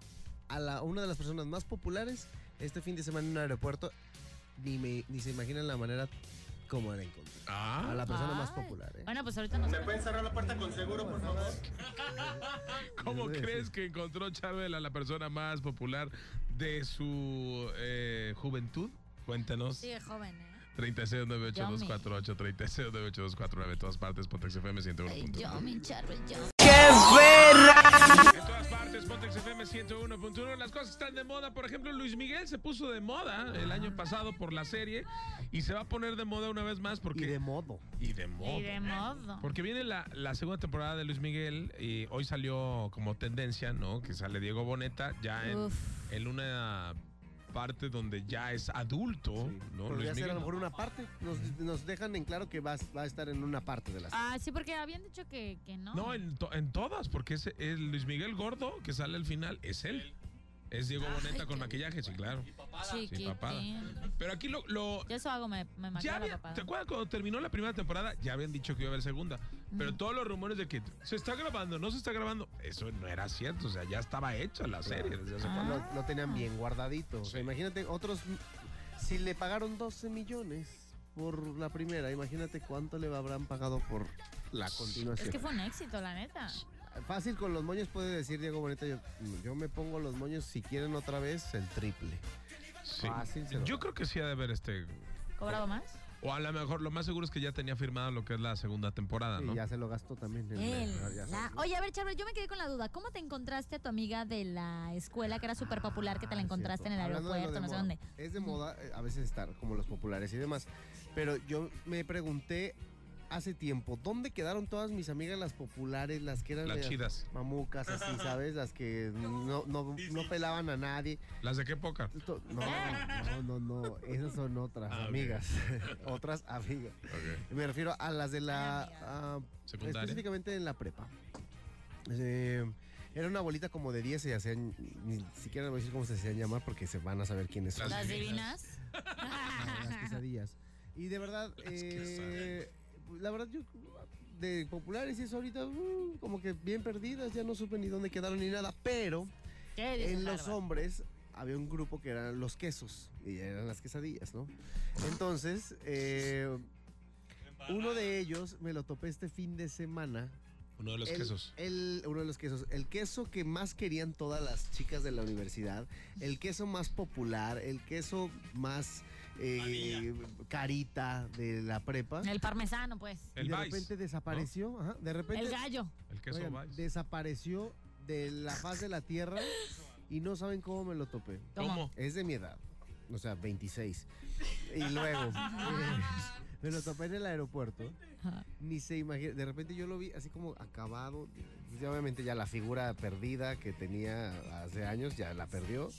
D: a la, una de las personas más populares este fin de semana en un aeropuerto. Ni, me- ni se imaginan la manera como la encontré. A
C: Ah,
D: la persona más
A: Ay.
D: popular. ¿eh?
A: Bueno, pues ahorita nos...
C: ¿cómo crees que encontró Charbel a la persona más popular de su eh, juventud? Cuéntanos.
A: Sí, joven, ¿eh?
C: 3698248, 3698249, en todas partes, Pontex FM 101.
A: Ay, yo, mi charro, yo.
H: ¡Qué verra!
C: En todas partes, Pontex FM 101.1. Las cosas están de moda. Por ejemplo, Luis Miguel se puso de moda el año pasado por la serie y se va a poner de moda una vez más porque.
D: Y de modo.
C: y de moda.
A: Y de modo.
C: Porque viene la, la segunda temporada de Luis Miguel y hoy salió como tendencia, ¿no? Que sale Diego Boneta ya en,
A: Uf.
C: en una parte donde ya es adulto, ¿no? Luis
D: Podría ser a
C: Miguel.
D: lo mejor una parte. Nos, nos dejan en claro que va, a- va a estar en una parte de la serie.
A: Ah, sí, porque habían dicho que, que no.
C: No, en, to- en todas, porque es, es Luis Miguel gordo que sale al final, es él. Es Diego Boneta con maquillaje, sí, claro. Sí, papada.
A: Chiquitín.
C: Pero aquí lo... lo-
A: Yo eso hago, me, me
C: ya
A: maquillo la
C: había-
A: papada.
C: ¿Te acuerdas cuando terminó la primera temporada? Ya habían dicho que iba a haber segunda. Pero todos los rumores de que se está grabando, no se está grabando, eso no era cierto. O sea, ya estaba hecha la serie desde hace
A: Ah.
D: Lo, lo tenían bien guardadito. O sea,
C: Sí.
D: imagínate, otros. Si le pagaron 12 millones por la primera, imagínate cuánto le habrán pagado por la continuación.
A: Es que fue un éxito, la neta.
D: Fácil con los moños puede decir Diego Boneta. Yo, yo me pongo los moños si quieren otra vez el triple.
C: Sí.
D: Fácil se lo-
C: Yo creo que sí ha de haber este.
A: ¿Cobraba más?
C: O a lo mejor, lo más seguro es que ya tenía firmado lo que es la segunda temporada,
D: Y
C: ¿no?
D: ya se lo gastó también. en-
A: Él,
D: ya se-
A: la- Oye, a ver, Charbel, yo me quedé con la duda. ¿Cómo te encontraste a tu amiga de la escuela que era súper popular, que te la
D: Ah,
A: encontraste en
D: cierto.
A: el
D: Hablando de lo
A: aeropuerto,
D: de
A: no sé
D: moda.
A: dónde?
D: Es de moda eh, a veces estar como los populares y demás. Pero yo me pregunté hace tiempo, ¿dónde quedaron todas mis amigas las populares, las que eran
C: Las
D: de-
C: chidas.
D: mamucas así, ¿sabes? Las que no, no, no pelaban a nadie.
C: Las de qué época.
D: To- No, no, no, no. Esas son otras
C: Ah, ok.
D: amigas. otras amigas. Me refiero a las de la... ah,
C: Secundaria.
D: específicamente en la prepa. Eh, era una bolita como de 10 y hacían... Ni siquiera voy a decir cómo se hacían llamar porque se van a saber quiénes son.
C: Las
A: Las
C: divinas.
A: divinas.
D: Ah, las quesadillas. Y de verdad,
C: Las
D: eh, la verdad yo de populares y eso ahorita uh, como que bien perdidas, ya no supe ni dónde quedaron ni nada, pero
A: ¿Qué dices,
D: en los
A: Bárbara?
D: hombres había un grupo que eran los quesos y eran las quesadillas, ¿no? Entonces, eh, uno de ellos me lo topé este fin de semana.
C: Uno de los
D: El-
C: quesos.
D: el- uno de los quesos. El queso que más querían todas las chicas de la universidad, el queso más popular, el queso más eh, carita de la prepa.
A: El parmesano, pues.
C: El
D: de
C: Vice.
D: repente desapareció, ajá, de repente
A: El gallo.
C: El queso
D: Oigan,
C: Vice.
D: desapareció de la faz de la tierra y no saben cómo me lo topé.
C: ¿Cómo?
D: Es de mi edad, o sea, 26. Y luego eh, me lo topé en el aeropuerto.
A: Ajá.
D: Ni se imagina. De repente yo lo vi así como acabado. Pues, Ya obviamente ya la figura perdida que tenía hace años ya la perdió.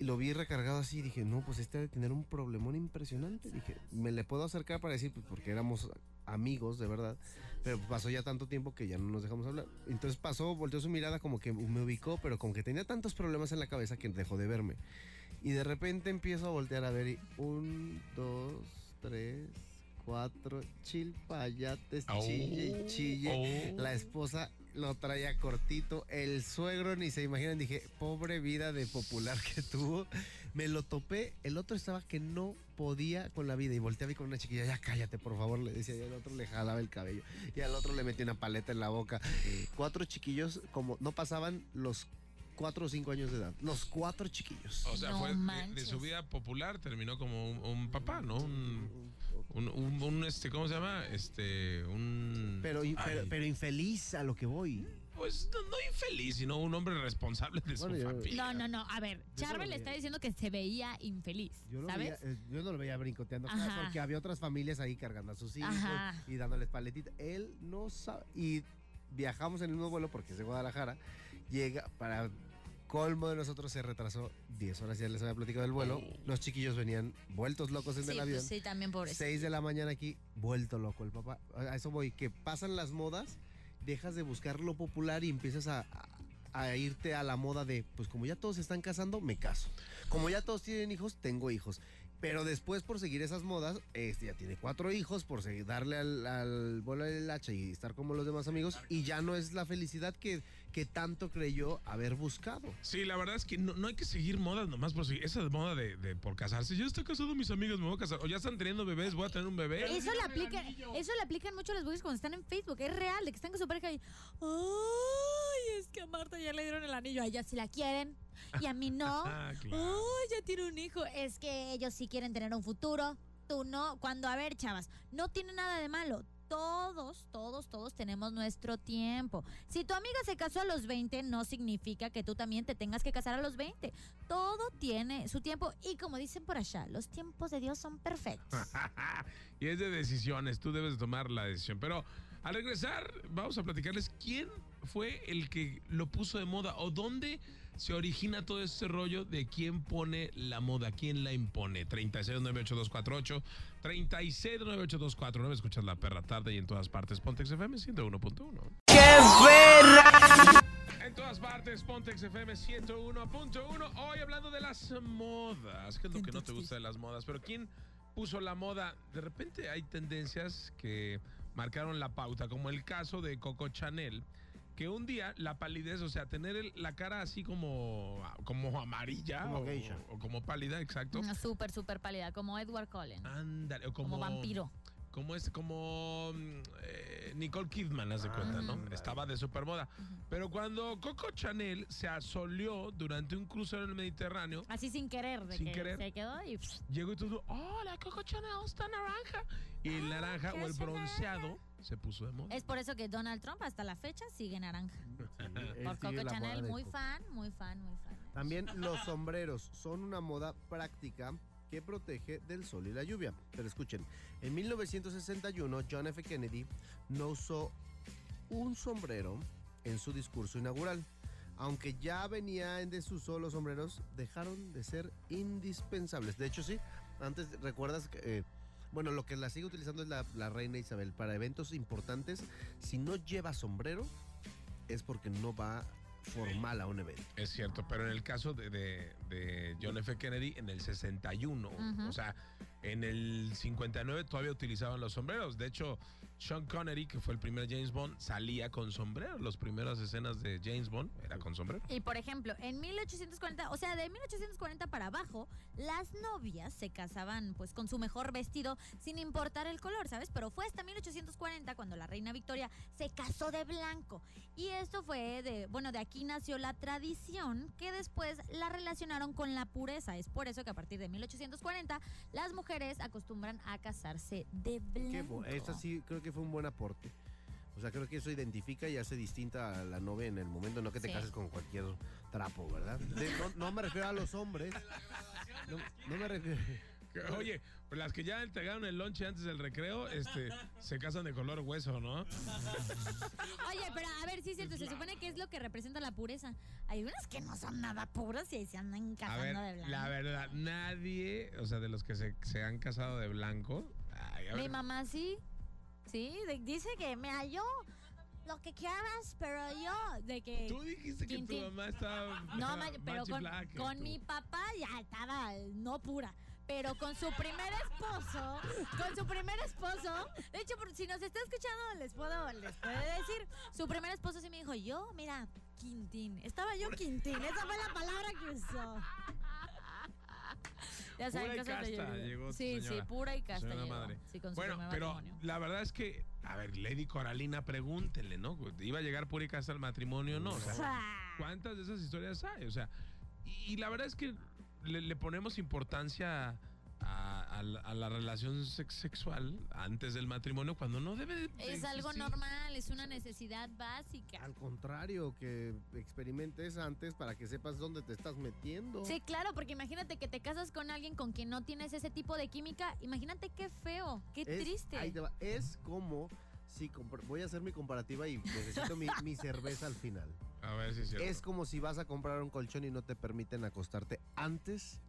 D: y lo vi recargado así y dije, no, pues este debe tener un problemón impresionante. Dije, me le puedo acercar para decir, pues porque éramos amigos de verdad, pero pasó ya tanto tiempo que ya no nos dejamos hablar. Entonces pasó, volteó su mirada como que me ubicó, pero como que tenía tantos problemas en la cabeza que dejó de verme. Y de repente empiezo a voltear a ver y un, dos, tres, cuatro, chilpayates,
C: Oh.
D: chille y chille.
C: Oh.
D: La esposa lo traía cortito, el suegro ni se imaginan. Dije, pobre vida de popular que tuvo. Me lo topé, el otro estaba que no podía con la vida y volteaba y con una chiquilla, ya cállate, por favor, le decía, y al otro le jalaba el cabello y al otro le metía una paleta en la boca. Cuatro chiquillos, como no pasaban los cuatro o cinco años de edad, los cuatro chiquillos.
C: O sea,
A: No
C: fue de- de,
A: manches.
C: su vida popular, terminó como un, un papá, ¿no? Un, un, un- un, este, ¿cómo se llama? Este, un...
D: Pero, in- pero,
C: Ay,
D: pero infeliz a lo que voy.
C: Pues no, no infeliz, sino un hombre responsable de
D: Bueno,
C: su
D: yo-
A: No,
C: familia.
A: no, no. A ver,
D: Yo
A: Charbel
D: lo
A: le
D: vi.
A: está diciendo que se veía infeliz,
D: Yo lo,
A: ¿sabes?
D: Veía, eh, yo no lo veía brincoteando acá,
A: Ajá.
D: porque había otras familias ahí cargando a sus hijos
A: Ajá.
D: y dándoles paletitas. Él no sabe. Y viajamos en el mismo vuelo porque es de Guadalajara. Llega para colmo de nosotros, se retrasó 10 horas. Ya les había platicado del vuelo. Los chiquillos venían vueltos locos en
A: Sí,
D: el
A: pues
D: avión.
A: sí, también pobre.
D: 6 de la mañana aquí, vuelto loco el papá. A eso voy, que pasan las modas, dejas de buscar lo popular y empiezas a, a- a irte a la moda de, pues como ya todos se están casando, me caso. Como ya todos tienen hijos, tengo hijos. Pero después por seguir esas modas, este ya tiene cuatro hijos, por seguir, darle al, al vuelo del hacha y estar como los demás amigos, y ya no es la felicidad que, que tanto creyó haber buscado.
C: Sí, la verdad es que no, no hay que seguir modas nomás por seguir. Esa moda de, de por casarse. Yo estoy casado, mis amigos me voy a casar. O ya están teniendo bebés, voy a tener un bebé.
A: Eso lo, aplica, eso lo aplican mucho las mujeres cuando están en Facebook. Es real, de que están con su pareja y. ¡Ay! Es que a Marta ya le dieron el anillo. A ella sí la quieren. Y a mí no.
C: Ah, claro.
A: ¡Ay! Ya tiene un hijo. Es que ellos sí quieren tener un futuro. Tú no. Cuando, a ver, chavas, no tiene nada de malo. Todos, todos, todos tenemos nuestro tiempo. Si tu amiga se casó a los 20, no significa que tú también te tengas que casar a los 20. Todo tiene su tiempo. Y como dicen por allá, los tiempos de Dios son perfectos.
C: Ah. y es de decisiones, tú debes tomar la decisión. Pero al regresar, vamos a platicarles quién fue el que lo puso de moda o dónde se origina todo este rollo de quién pone la moda, quién la impone. 36982488, 36982489, escuchas la perra tarde y en todas partes Pontex FM 101.1.
H: ¡Qué verra!
C: En todas partes, Pontex FM 101.1. Hoy hablando de las modas. ¿Qué es lo que no te gusta de las modas? Pero ¿quién puso la moda? De repente hay tendencias que marcaron la pauta, como el caso de Coco Chanel, que un día la palidez, o sea, tener el- la cara así como, como amarilla
D: Como
C: o,
D: geisha.
C: o como pálida, exacto.
A: Una súper, súper pálida, como Edward Cullen.
D: Ah,
C: Ándale, o como,
A: como, vampiro.
C: como es como mm, eh, Nicole Kidman, haz de cuenta, ¿no? Estaba de supermoda. Pero cuando Coco Chanel se asoleó durante un crucero en el Mediterráneo,
A: Así sin querer, de
C: Sin
A: que
C: querer.
A: se quedó y pff,
C: llegó y todo, hola Coco Chanel está naranja. Y el Ah, naranja o el bronceado se puso de moda.
A: es por eso que Donald Trump hasta la fecha sigue naranja.
D: Él
A: Por
D: sigue
A: Coco
D: la moda
A: Chanel,
D: de
A: muy
D: Coco.
A: fan, muy fan, muy fan.
D: También los sombreros son una moda práctica que protege del sol y la lluvia. Pero escuchen, en 1961 John F. Kennedy no usó un sombrero en su discurso inaugural. Aunque ya venía en desuso, los sombreros dejaron de ser indispensables. De hecho, sí, antes recuerdas que... eh, bueno, lo que la sigue utilizando es la, la reina Isabel. Para eventos importantes, si no lleva sombrero, es porque no va formal a un evento.
C: Es cierto, pero en el caso de, de- de John F. Kennedy, en el 61,
A: Ujú.
C: o sea, en el 59 todavía utilizaban los sombreros. De hecho, Sean Connery, que fue el primer James Bond, salía con sombrero. Las primeras escenas de James Bond era con sombrero.
A: Y por ejemplo, en 1840, o sea, de 1840 para abajo, las novias se casaban pues con su mejor vestido sin importar el color, ¿sabes? Pero fue hasta 1840 cuando la reina Victoria se casó de blanco. Y esto fue de, bueno, de aquí nació la tradición que después la relacionaron con la pureza. Es por eso que a partir de 1840 las mujeres acostumbran a casarse de
D: Qué
A: blanco.
D: bu- esa sí creo que fue un buen aporte. O sea, creo que eso identifica y hace distinta a la novia en el momento, no que te
A: Sí.
D: cases con cualquier trapo, ¿verdad? De- no, no me refiero a los hombres. No, no me refiero.
C: Oye, pues las que ya entregaron el lunch antes del recreo, este, se casan de color hueso, ¿no?
A: Oye, pero a ver, sí es cierto, se supone que es lo que representa la pureza. Hay unas que no son nada puras y ahí se andan
C: A
A: casando
C: ver,
A: de blanco.
C: la verdad, nadie, o sea, de los que se, se han casado de blanco. ay, a
A: Mi
C: ver,
A: mamá sí, sí, de- dice que me halló lo que quieras, pero yo, de que...
C: Tú dijiste que tu
A: Tintín.
C: mamá estaba.
A: No, ma- pero
C: machi
A: con,
C: black,
A: con
C: tú.
A: mi papá ya estaba no pura. Pero con su primer esposo, con su primer esposo, de hecho, por- si nos está escuchando, les puedo, les puedo decir, su primer esposo sí me dijo, yo, mira, Quintín, estaba yo Quintín, esa fue la palabra que usó. Ya saben,
C: Pura y
A: cosas de
C: casta
A: Yuridia.
C: llegó tu
A: Sí, sí,
C: señora.
A: pura y casta
C: Señora
A: llegó.
C: madre.
A: Sí, con su
C: Bueno,
A: primer
C: pero
A: matrimonio.
C: la verdad es que, a ver, Lady Coralina, pregúntenle, ¿no? ¿Iba a llegar pura y casta al matrimonio o no? O sea, ¿Cuántas de esas historias hay? O sea, y, y la verdad es que le, le ponemos importancia a, a la, a la relación sex- sexual antes del matrimonio cuando no debe de- de
A: Es algo
C: existir.
A: normal, es una necesidad básica.
D: Al contrario, que experimentes antes para que sepas dónde te estás metiendo.
A: Sí, claro, porque imagínate que te casas con alguien con quien no tienes ese tipo de química. Imagínate qué feo, qué
D: Es-
A: triste.
D: ahí te va. Es como si compar- voy a hacer mi comparativa y necesito mi, mi cerveza al final.
C: A ver si es cierto.
D: Es como si vas a comprar un colchón y no te permiten acostarte antes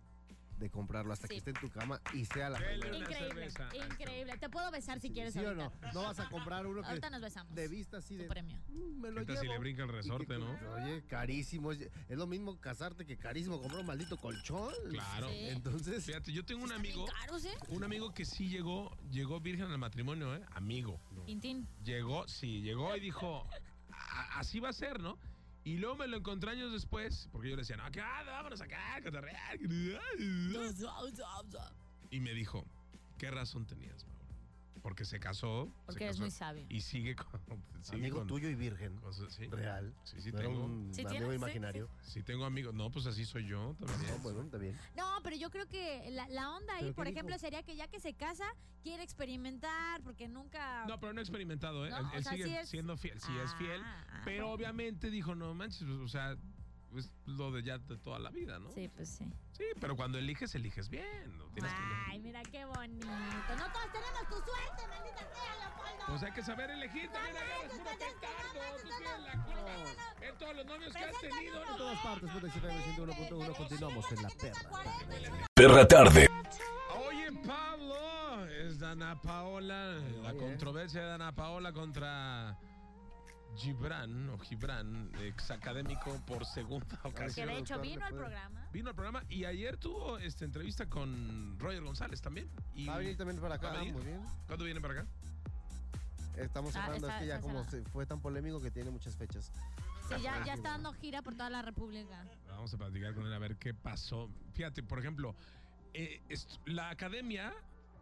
D: de comprarlo hasta
A: Sí.
D: que esté en tu cama y sea la
C: Dele
D: primera.
C: una
A: Increíble,
C: cerveza.
A: increíble. Te puedo besar si
D: Sí,
A: quieres
D: ¿Sí o
A: ahorita.
D: no? No vas a comprar uno que
A: Ahorita nos besamos.
D: de vista así
A: tu
D: de
A: premio.
D: "Mm, me
C: ¿Qué
D: lo
C: tal
D: llevo.
C: si le brinca el
D: Y que
C: resorte, no?
D: compre- Oye, carísimo. Es es lo mismo casarte que carísimo comprar un maldito colchón.
C: Claro.
A: Sí.
D: Entonces,
C: Fíjate, yo tengo un
A: Están bien
C: amigo,
A: caros, ¿eh?
C: un amigo que sí llegó, llegó virgen al matrimonio, ¿eh? Amigo.
A: Tintín.
C: Llegó, sí, llegó y dijo, "A- así va a ser, ¿no? Y luego me lo encontré años después, porque yo le decía, no, acá, vámonos acá, cotorrear. Y me dijo, ¿qué razón tenías, Mauro? Porque se casó. se
A: Porque eres
C: casó
A: muy sabio.
C: Y sigue con. sigue
D: amigo
C: con-
D: tuyo y virgen.
C: con su- sí.
D: Real.
C: Sí, sí,
D: No era
C: tengo,
D: un
A: Sí, tiene-
D: amigo
A: sí,
D: imaginario.
C: sí tengo amigos. No, pues así soy yo también.
D: No, pues. bueno, está bien.
A: No, pero yo creo que la, la onda ahí,
D: ¿Pero qué
A: por ejemplo,
D: dijo?
A: sería que ya que se casa, quiere experimentar porque nunca...
C: No, pero no he experimentado, ¿eh?
A: No,
C: él
A: o
C: él
A: sea,
C: sigue
A: sí es-
C: siendo fiel, sí es fiel.
A: Ah,
C: Pero
A: bueno.
C: obviamente dijo, no manches, pues, o sea, es lo de ya de toda la vida, ¿no?
A: Sí, pues sí.
C: Sí, pero cuando eliges, eliges bien. No tienes que elegir.
A: Ay, mira qué bonito. No todos tenemos tu suerte, maldita sea, Leopoldo.
C: Pues hay que saber elegir también.
A: No manches,
C: agarras puro
A: no manches,
C: petardo,
A: no manches,
C: tú
A: no
C: tienes la
A: manches,
C: culpa.
A: no, no,
C: En todos los novios que has
A: Preséntame
C: tenido.
A: uno,
C: no-
D: todas partes, por XFM 101.1, continuamos en la perra.
F: Perra tarde.
C: Oye, Pablo, es Dana Paola. La
D: Oye.
C: controversia de Dana Paola contra Gibran o Gibran, ex académico por segunda
A: Que
C: ocasión.
A: de hecho
D: doctor,
A: vino
D: ¿le
A: al
D: puede?
A: programa.
C: Vino al programa y ayer tuvo esta entrevista con Roger González también. Y
D: Va a venir también para
C: ¿Va
D: acá,
C: a venir?
D: muy bien.
C: ¿Cuándo viene para acá?
D: Estamos
A: Ah,
D: cerrando,
A: está-
D: es que ya
A: está
D: como
A: cerrada.
D: se fue tan polémico que tiene muchas fechas.
A: Sí, ya, ya está dando gira por toda la República.
C: Vamos a platicar con él a ver qué pasó. Fíjate, por ejemplo, eh, est- la academia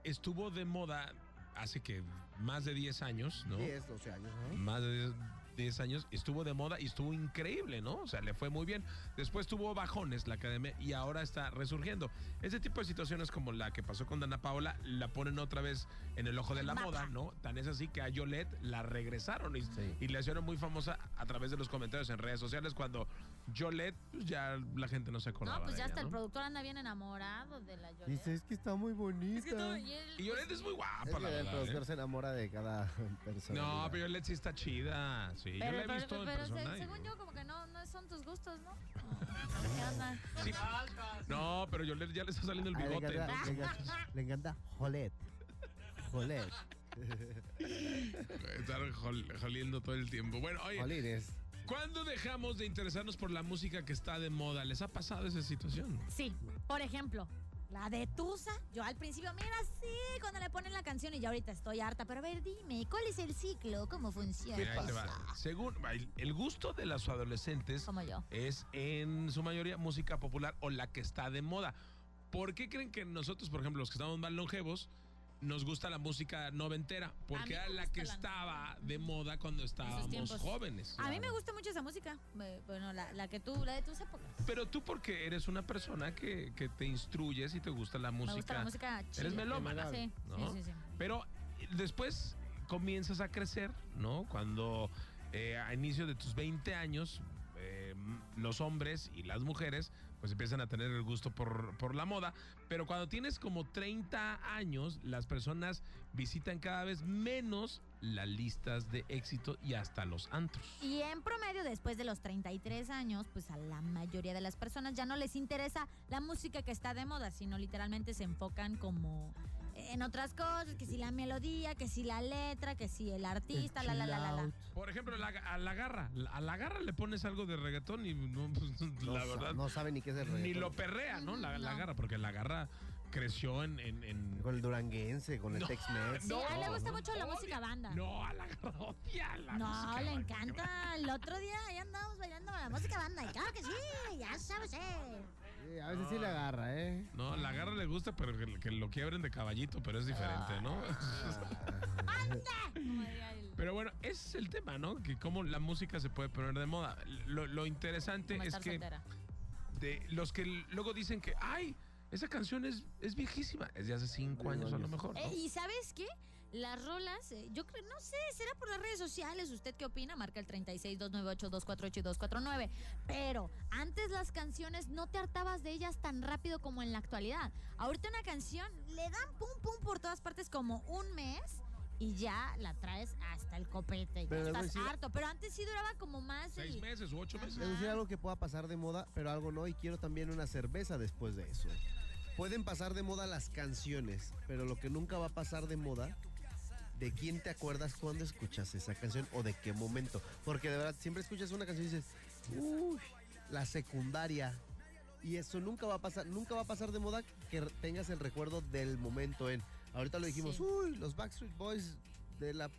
C: estuvo de moda hace que más de 10 años, ¿no?
D: 10, 12 años, ¿no?
C: Más de 10, 10 años. Estuvo de moda y estuvo increíble, ¿no? O sea, le fue muy bien. Después tuvo bajones la academia y ahora está resurgiendo. Ese tipo de situaciones como la que pasó con Dana Paola la ponen otra vez en el ojo de la
A: Mapa.
C: moda, ¿no? Tan es así que a Yolette la regresaron y, y la hicieron muy famosa a través de los comentarios en redes sociales cuando Yolette pues, ya la gente no se acordaba.
A: No, pues
C: de
A: ya
C: ella,
A: hasta el
C: ¿no?
A: productor anda bien enamorado de la Yolette.
D: Dice, es que está muy bonita.
A: Es que todo- y él-
C: Y Yolette es muy
D: Es
C: guapa,
D: que
C: la
D: el
C: verdad.
D: productor
C: ¿eh?
D: se enamora de cada persona.
C: No, pero Yolette sí está chida. Sí,
A: Pero,
C: yo la
A: pero-
C: he visto en
A: pero se-
C: persona. y-
A: según yo, como que no, no son tus gustos, ¿no? ¿Qué onda?
C: Sí. No, pero Yolette ya le está saliendo el
D: Ah, le,
C: bigote.
D: encanta, le encanta- le encanta Jolet. Jolet.
C: Estar jol- joliendo todo el tiempo. Bueno, oye,
D: Jolines.
C: ¿cuándo dejamos de interesarnos por la música que está de moda? ¿Les ha pasado esa situación?
A: Sí, por ejemplo, la de Tusa. Yo al principio, mira, sí, cuando le ponen la canción y yo ahorita estoy harta. Pero a ver, dime, ¿cuál es el ciclo? ¿Cómo funciona?
C: Mira, ahí te va. Según el- el gusto de los adolescentes
A: Como yo.
C: es en su mayoría música popular o la que está de moda. ¿Por qué creen que nosotros, por ejemplo, los que estamos más longevos, nos gusta la música noventera?
A: A mí
C: Porque
A: me
C: era la
A: gusta
C: que
A: la
C: estaba
A: noventera.
C: de moda cuando estábamos
A: tiempos.
C: jóvenes.
A: A mí me gusta mucho esa música. Eh, Bueno, la, la que tú, la de tus épocas.
C: Pero tú porque eres una persona que, que te instruyes y te gusta la
A: Me gusta
C: música.
A: la música chida.
C: Eres melómana.
A: Sí,
C: ¿no?
A: sí, sí, sí.
C: Pero eh, después comienzas a crecer, ¿no? Cuando eh, a inicio de tus 20 años, eh, m- los hombres y las mujeres pues empiezan a tener el gusto por, por la moda. Pero cuando tienes como 30 años, las personas visitan cada vez menos las listas de éxito y hasta los antros.
A: Y en promedio, después de los 33 años, pues a la mayoría de las personas ya no les interesa la música que está de moda, sino literalmente se enfocan como en otras cosas, que si la melodía, que si la letra, que si el artista, la, la, la, la, la.
C: Por ejemplo, la- a la garra. A la garra le pones algo de reggaetón y no, pues,
D: No,
C: la
D: sa-
C: verdad
D: no sabe ni qué es el
C: ni
D: reggaetón.
C: lo perrea, ¿no? La, la garra, porque la garra creció en... en- en-
D: Con el duranguense, con el
C: No,
D: Tex-Mex.
A: Sí, a él le
C: No,
A: gusta mucho la
C: odia.
A: música banda.
C: No, a la garra odia a la
A: No,
C: música
A: le
C: banda.
A: encanta. El otro día ahí andábamos bailando la música banda. Y claro que sí, ya sabes, eh.
D: Sí, a veces sí la agarra, ¿eh?
C: No, a la garra le gusta, pero que, que lo quiebren de caballito, pero es diferente, ¿no?
A: Ah. Como diría él.
C: Pero bueno, ese es el tema, ¿no? Que cómo la música se puede poner de moda. Lo, lo interesante
A: Como
C: es
A: estar
C: que
A: soltera.
C: de los que luego dicen que, ay, esa canción es, es viejísima, es de hace cinco años a lo mejor. ¿no?
A: Eh, y sabes qué? Las rolas, eh, yo creo, no sé, será por las redes sociales. ¿Usted qué opina? Marca el 36298248 y 249. Pero antes las canciones no te hartabas de ellas tan rápido como en la actualidad. Ahorita una canción le dan pum pum por todas partes como un mes. Y ya la traes hasta el copete. Ya
D: Pero debo
A: estás
D: decir-
A: harto. Pero antes sí duraba como más.
C: Seis
A: el-
C: meses u ocho meses.
D: Es
A: Ah.
D: decir, algo que pueda pasar de moda, pero algo no, y quiero también una cerveza después de eso. Pueden pasar de moda las canciones, pero lo que nunca va a pasar de moda, de quién te acuerdas cuando escuchas esa canción o de qué momento. Porque de verdad, siempre escuchas una canción y dices, uy, la secundaria. Y eso nunca va a pasar, nunca va a pasar de moda que re- tengas el recuerdo del momento en. Ahorita lo dijimos,
A: Sí.
D: uy, los Backstreet Boys de la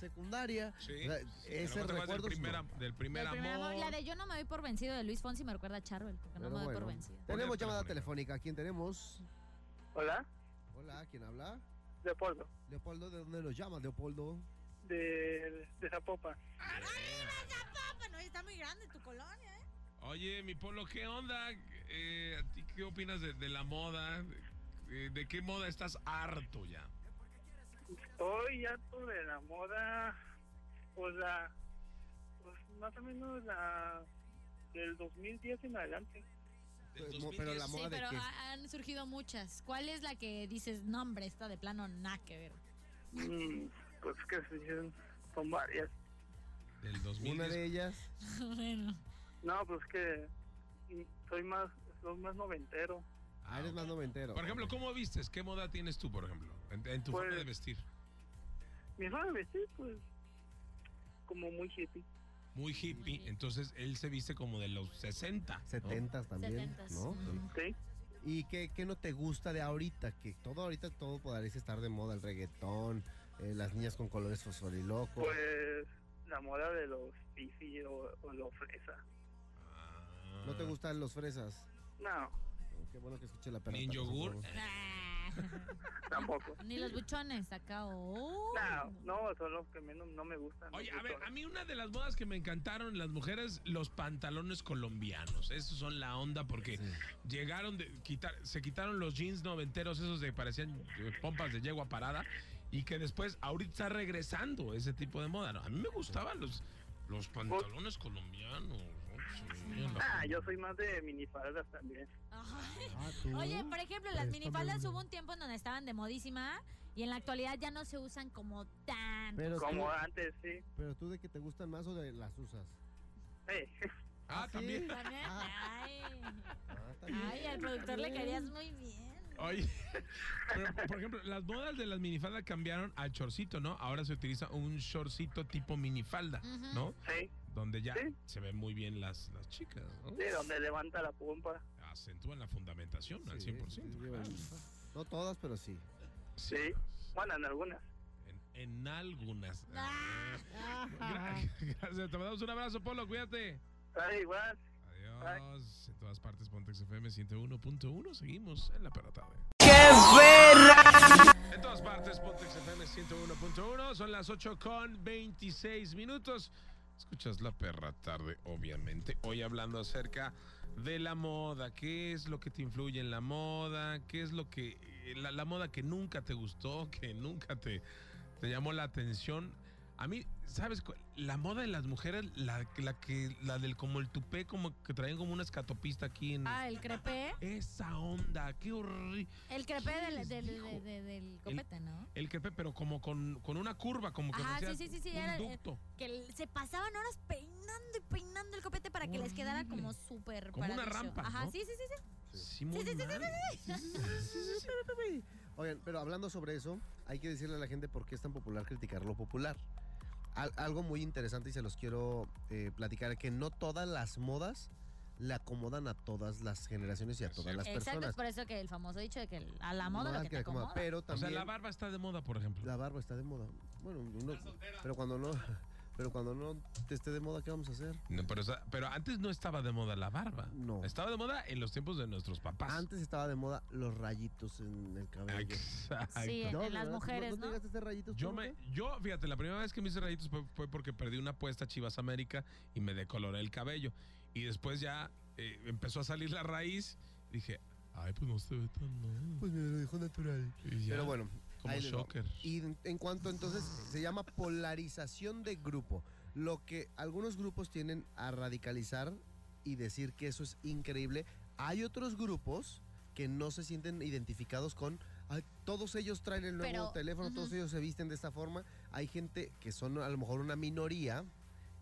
D: secundaria.
C: Sí,
D: O sea,
C: sí,
D: ese
C: pero no te acuerdas
D: recuerdo.
C: del primer,
D: no.
C: am- del primer
A: del primer amor.
C: amor.
A: La de Yo no me doy por vencido de Luis Fonsi me recuerda a Charvel, porque no
D: Pero
A: me doy por
D: bueno.
A: vencido.
D: Tenemos
C: Poner
D: llamada
C: telefónica.
D: telefónica. ¿Quién tenemos?
I: Hola,
D: Hola, ¿quién habla?
I: Leopoldo,
D: Leopoldo, ¿de dónde nos llama, Leopoldo?
I: de, de Zapopan.
A: Ah, Bueno, está muy grande tu colonia, ¿eh?
C: Oye, mi polo, ¿qué onda? Eh, ¿a ti qué opinas de, de la moda? Eh, ¿De qué moda estás harto ya?
I: Estoy harto de la moda, o sea, pues más o menos la, del 2010 en adelante.
C: Del
D: Pues, mo- pero la
C: 2010.
A: Sí,
D: moda de
A: pero
D: qué?
A: ha- han surgido muchas. ¿Cuál es la que dices, no, hombre, esta de plano nada que ver?
I: Mm, pues que se dicen, son varias.
C: Del
D: Una
C: 2010.
D: de ellas.
A: bueno,
I: No, pues que mm, soy más, soy más noventero.
D: Ah, eres más noventero.
C: Por ejemplo, ¿cómo vistes? ¿Qué moda tienes tú, por ejemplo? En, en tu
I: Pues-
C: forma de vestir.
I: Mi forma de vestir, pues, como muy hippie.
C: Muy hippie.
A: hippie.
C: Entonces, él se viste como de los 60. ¿no?
D: 70 también,
A: 70s,
D: ¿no?
A: ujú.
I: Sí,
D: ¿Y qué, qué no te gusta de ahorita? Que todo ahorita todo parece estar de moda, el reggaetón, eh, las niñas con colores fosforilocos.
I: pues la moda de los hippie o, o los fresa.
C: Ah.
D: ¿No te gustan los fresas?
I: No,
D: Oh, Qué bueno que escuché la perra.
C: Ni en yogur.
I: tampoco.
A: Ni los buchones acá. oh.
I: No, no, son los que menos no me gustan.
C: Oye,
I: los
C: a ver,
I: buchones.
C: a mí una de las modas que me encantaron las mujeres, los pantalones colombianos. Esos son la onda porque llegaron, de, quitar, se quitaron los jeans noventeros, esos de parecían eh, pompas de yegua parada, y que después ahorita está regresando ese tipo de moda. ¿no? A mí me gustaban los, los pantalones colombianos. ¿no? Se veían la-
I: Ah, yo soy más de minifaldas también.
A: Ay.
D: Ah, ¿tú?
A: Oye, por ejemplo, las
D: Préstame
A: minifaldas
D: una.
A: hubo un tiempo en donde estaban de modísima y en la actualidad ya no se usan como tan.
D: pero, tú,
I: Como antes, sí.
D: pero tú de que te gustan más o de las usas.
I: Eh,
C: Ah,
D: ¿sí?
C: también.
A: También, Ay,
D: Ah, está bien.
A: ay, al productor le caerías muy bien.
C: Oye, pero, por ejemplo, las modas de las minifaldas cambiaron al shortcito, ¿no? Ahora se utiliza un shortcito tipo minifalda,
A: Ujú.
C: ¿no?
I: sí,
C: Donde ya
I: Sí.
C: se ven muy bien las, las chicas, ¿no?
I: de donde levanta la pompa.
C: Acentúan la fundamentación al
D: Sí,
C: 100%.
D: sí, sí,
C: claro.
D: No todas, pero sí.
C: Sí.
I: Sí. Bueno, en algunas.
C: En, en algunas.
A: Ah.
C: Gra- Gracias, te mandamos un abrazo, Polo, cuídate.
I: Está igual.
C: Adiós. En todas partes, Pontex FM 101.1. Seguimos en la perra tarde.
H: ¡Qué verra!
C: En todas partes, Pontex FM 101.1. Son las 8 con 26 minutos. Escuchas la perra tarde, obviamente. Hoy hablando acerca de la moda. ¿Qué es lo que te influye en la moda? ¿Qué es lo que. eh, La, la moda que nunca te gustó, que nunca te, te llamó la atención? A mí, ¿sabes? cu- La moda de las mujeres, la, la que, la del como el tupé, como que traen como una escatopista aquí en.
A: Ah, el crepé.
C: Esa onda, qué horrible.
A: El crepé
C: ¿Quién
A: del,
C: les
A: del,
C: dijo?
A: de- de- del copete, ¿no?
C: El crepé, pero como con, con una curva, como que
A: Ajá,
C: parecía
A: Ah, sí, sí, sí, sí,
C: un
A: era-
C: ducto.
A: Que l- se pasaban horas peinando y peinando el copete para que les quedara como súper
C: Como una
A: paradisio.
C: rampa,
A: Ajá,
C: ¿no?
A: sí, sí, sí, sí.
C: Sí, muy
A: sí, sí, sí,
C: mal.
D: Oigan, pero hablando sobre eso, hay que decirle a la gente por qué es tan popular criticar lo popular. Al- algo muy interesante y se los quiero eh, platicar, que no todas las modas le acomodan a todas las generaciones y a todas las
A: Exacto,
D: personas.
A: es por eso que el famoso dicho de que el- a la moda lo
D: Moda
A: que
D: que
A: te
D: le acomoda,
A: acomoda.
D: Pero
C: O sea,
D: también
C: la barba está de moda, por ejemplo.
D: la barba está de moda. Bueno, uno- pero cuando no, pero cuando no te esté de moda, ¿qué vamos a hacer?
C: No, pero, o sea, pero antes no estaba de moda la barba.
D: No.
C: Estaba de moda en los tiempos de nuestros papás.
D: Antes estaba de moda los rayitos en el cabello.
C: Exacto.
A: Sí, en,
D: No,
A: en
D: ¿verdad?
A: las
D: ¿No-
A: mujeres,
D: no te
A: ¿no?
D: llegaste a hacer rayitos?
C: Yo
D: tú,
C: me,
D: Lupe?
C: yo, fíjate, la primera vez que me hice rayitos fue, fue porque perdí una apuesta a Chivas América y me decoloré el cabello. Y después ya eh, empezó a salir la raíz. Dije, ay, pues no se ve tan mal.
D: Pues me lo dejó natural.
C: Y ya,
D: Pero bueno,
C: Como
D: ahí les va.
C: shocker.
D: Y en- en cuanto entonces se llama polarización de grupo, lo que algunos grupos tienen a radicalizar y decir que eso es increíble. Hay otros grupos que no se sienten identificados con "Ay, todos ellos traen el nuevo
A: Pero,
D: teléfono, todos
A: ujú.
D: ellos se visten de esta forma. Hay gente que son a lo mejor una minoría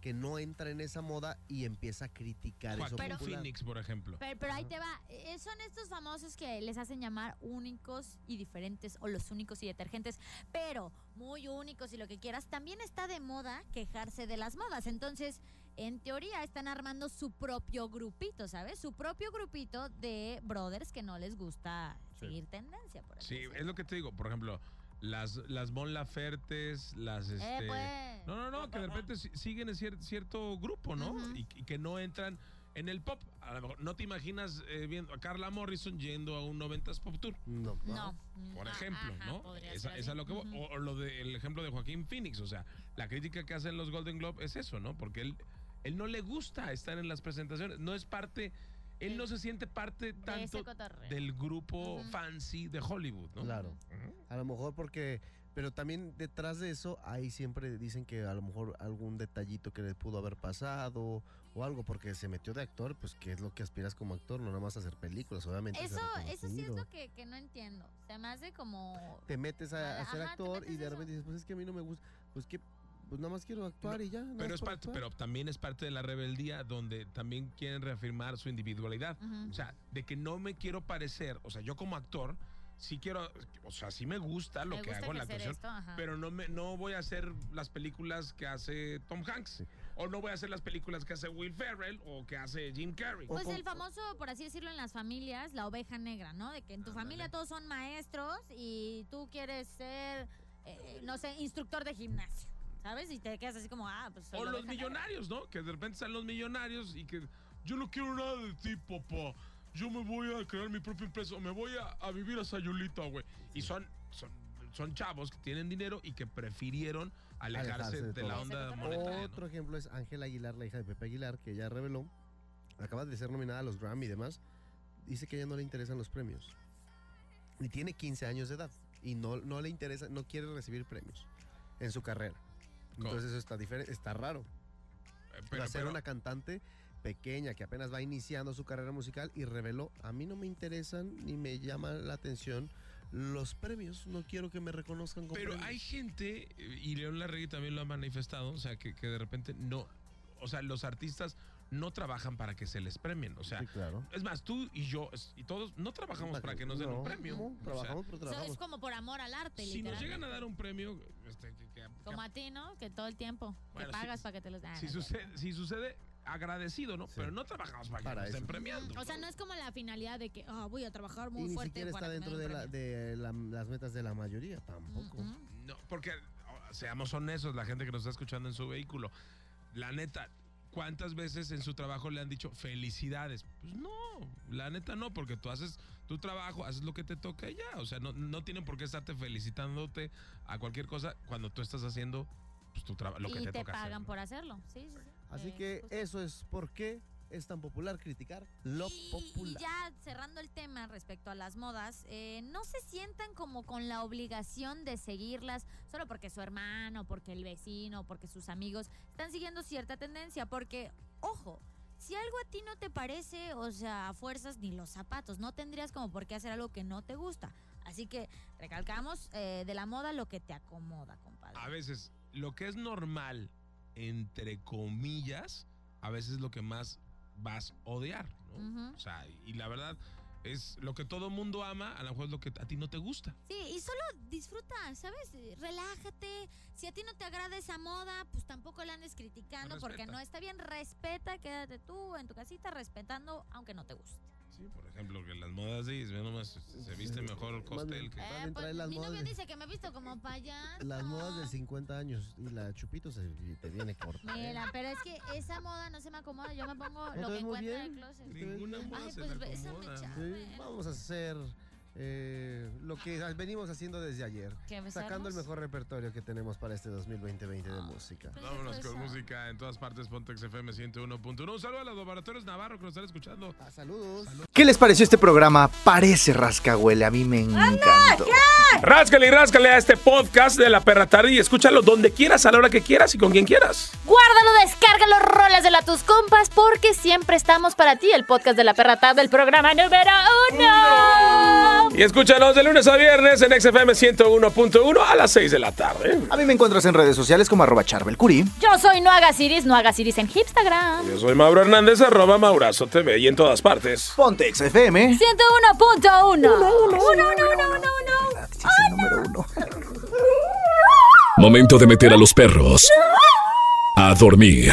D: que no entra en esa moda y empieza a criticar eso
C: Joaquín
D: popular.
C: Phoenix, por ejemplo.
A: Pero, pero ahí
D: Ajá.
A: te va. Eh, son estos famosos que les hacen llamar únicos y diferentes o los únicos y detergentes, pero muy únicos y lo que quieras. También está de moda quejarse de las modas. Entonces, en teoría, están armando su propio grupito, ¿sabes? Su propio grupito de brothers que no les gusta
D: Sí.
A: seguir tendencia, por así
C: Sí,
A: decirlo.
C: es lo que te digo. Por ejemplo, las, las Mon Lafertes, las.
A: Eh,
C: Este,
A: pues.
C: No, no, no, que de repente si- siguen en cier- cierto grupo, ¿no?
A: Ujú.
C: y, y que no entran en el pop. A lo mejor no te imaginas eh, viendo a Carla Morrison yendo a un 90s Pop Tour,
D: No,
A: No.
C: por
A: Ah,
C: ejemplo,
A: ajá,
C: ¿no?
A: podría
C: Esa,
A: ser
C: esa es
A: así.
C: lo que voy-
A: Ujú.
C: o, o lo del ejemplo de Joaquín Phoenix, o sea, la crítica que hacen los Golden Globe es eso, ¿no? Porque él, él no le gusta estar en las presentaciones, no es parte, él
A: Sí.
C: no se siente parte
A: De ese
C: tanto
A: cotorreo.
C: del grupo
A: Ujú.
C: fancy de Hollywood, ¿no?
D: Claro.
C: Ujú.
D: A lo mejor porque, pero también detrás de eso hay siempre dicen que a lo mejor algún detallito que le pudo haber pasado o algo porque se metió de actor, pues que es lo que aspiras como actor, no nada más a hacer películas, obviamente. ser
A: Eso, eso sí es
D: reconocido.
A: lo que, que no entiendo. Se me hace como.
D: Te metes a, a
A: Ajá,
D: ser
A: te
D: actor
A: metes
D: y de
A: eso.
D: repente dices, pues es que a mí no me gusta, pues que, pues nada más quiero actuar y ya. nada
C: Pero,
D: más
C: es
D: por
C: parte,
D: actuar".
C: pero también es parte de la rebeldía donde también quieren reafirmar su individualidad.
A: Ujú.
C: O sea, de que no me quiero parecer, o sea, yo como actor, sí quiero, o sea, sí me gusta lo
A: Me
C: que
A: gusta
C: hago en la
A: ejercer
C: actuación,
A: esto, ajá.
C: pero no, me, no voy a hacer las películas que hace Tom Hanks, o no voy a hacer las películas que hace Will Ferrell o que hace Jim Carrey.
A: Pues
D: O-
A: el famoso, por así decirlo, en las familias, la oveja negra, ¿no? De que en tu familia todos son maestros y tú quieres ser, eh, no sé, instructor de gimnasio, ¿sabes? Y te quedas así como, ah, pues. soy
C: O
A: la
C: los
A: oveja negra.
C: millonarios, ¿no? Que de repente salen los millonarios y que yo no quiero nada de ti, papá. Yo me voy a crear mi propio empresa. Me voy a, a vivir a Sayulita, güey. Y son, son, son chavos que tienen dinero y que prefirieron alejarse,
D: Alejarse de
C: de, la
D: todo.
C: onda
A: Exacto.
C: monetaria. ¿no?
D: Otro ejemplo es Ángela Aguilar, la hija de Pepe Aguilar, que ya reveló, acaba de ser nominada a los Grammy y demás, dice que a ella no le interesan los premios. Y tiene 15 años de edad y no, no le interesa, no quiere recibir premios en su carrera.
C: Co-
D: Entonces eso está diferente, está raro.
C: Eh, pero-
D: Va a ser
C: pero-
D: una cantante pequeña que apenas va iniciando su carrera musical y reveló, a mí no me interesan ni me llaman la atención los premios, no quiero que me reconozcan como
C: Pero hay gente, eh, y León Larregui también lo ha manifestado, o sea, que, que de repente no. O sea, los artistas no trabajan para que se les premien. O sea,
D: claro.
C: es más, tú y yo es- y todos no trabajamos para que nos den
D: No,
C: un premio.
D: no,
C: O sea,
D: trabajamos, pero
A: So-
D: trabajamos.
A: es como por amor al arte,
C: Si nos llegan a
A: literalmente.
C: dar un premio, este, que- que-
A: Como a ti, ¿no? Que todo el tiempo
C: Bueno,
A: te
C: sí-
A: pagas para que te los den.
C: si, sucede, si sucede, agradecido, ¿no?
D: Sí.
C: Pero no trabajamos para,
D: Para
C: que nos estén
D: eso.
C: premiando.
A: Mm, O sea, no es como la finalidad de que, ah, voy a trabajar muy
D: y ni
A: fuerte.
D: siquiera está
A: para que me
D: dentro de,
A: den
D: la-
A: un
D: de la- las metas de la mayoría tampoco.
A: premio". Ujú.
C: No, porque o- seamos honestos, la gente que nos está escuchando en su vehículo, la neta, ¿cuántas veces en su trabajo le han dicho felicidades? Pues no, la neta no, porque tú haces tu trabajo, haces lo que te toca y ya. O sea, no, no tienen por qué estarte felicitándote a cualquier cosa cuando tú estás haciendo pues, tu trabajo, lo que
A: y
C: te,
A: te
C: toca hacer,
A: pagan
C: ¿no?
A: por hacerlo. Sí, sí, sí.
D: Así
A: Eh,
D: que
A: justo.
D: eso es por qué es tan popular criticar lo
A: y,
D: popular.
A: Y ya cerrando el tema respecto a las modas, eh, no se sientan como con la obligación de seguirlas solo porque su hermano, porque el vecino, porque sus amigos están siguiendo cierta tendencia, porque, ojo, si algo a ti no te parece, o sea, a fuerzas ni los zapatos, no tendrías como por qué hacer algo que no te gusta. Así que recalcamos eh, de la moda lo que te acomoda, compadre.
C: A veces lo que es normal, entre comillas, a veces es lo que más vas a odiar, ¿no?
A: Ujú.
C: O sea, y la verdad es lo que todo mundo ama, a lo mejor es lo que a ti no te gusta.
A: Sí, y solo disfruta, ¿sabes? Eh, Relájate. Si a ti no te agrada esa moda, pues tampoco la andes criticando
C: No
A: porque
C: respeta.
A: no está bien. Respeta, quédate tú en tu casita respetando, aunque no te guste.
C: Sí, por ejemplo, que las modas sí, ve nomás, se, se viste mejor costel que...
D: Van a entrar
A: Eh, pues,
D: las
A: mi novio
D: modas de-
A: dice que me he visto como payaso.
D: Las modas de 50 años y la chupito se te viene corta. ¿eh?
A: Mira, pero es que esa moda no se me acomoda. Yo me pongo lo
D: ¿No te
A: que
D: ves muy
A: encuentro en el
D: bien?
A: closet.
D: Sí. Ninguna
C: moda
A: Ay,
C: se
A: pues
C: te
A: bésame,
C: acomoda.
A: chame.
D: Sí, vamos a hacer eh, lo que venimos haciendo desde ayer.
A: ¿Qué, besarnos?
D: Sacando el mejor repertorio que tenemos para este 2020-20
A: Ah.
D: de música.
C: Vámonos con música en todas partes, Pontex FM 101.1. Un saludo a los laboratorios Navarro que nos están escuchando.
D: Ah, saludos.
H: ¿Qué les pareció este programa? Parece rascahuele, a mí me encantó.
J: Ráscale y ráscale a este podcast de La Perra Tarde y escúchalo donde quieras, a la hora que quieras y con quien quieras.
K: Guárdalo, descárgalo, rolas de la tus compas, porque siempre estamos para ti. El podcast de la perra tarde, el programa número uno.
J: Y escúchanos de lunes a viernes en XFM 101.1 a las 6 de la tarde.
H: A mí me encuentras en redes sociales como arroba charbelcuri.
K: Yo soy No Hagas Iris, No Hagas Iris en Instagram.
J: Yo soy Mauro Hernández, arroba Maurazo TV y en todas partes.
H: Ponte XFM.
K: 101.1.
F: Momento de meter a los perros a dormir.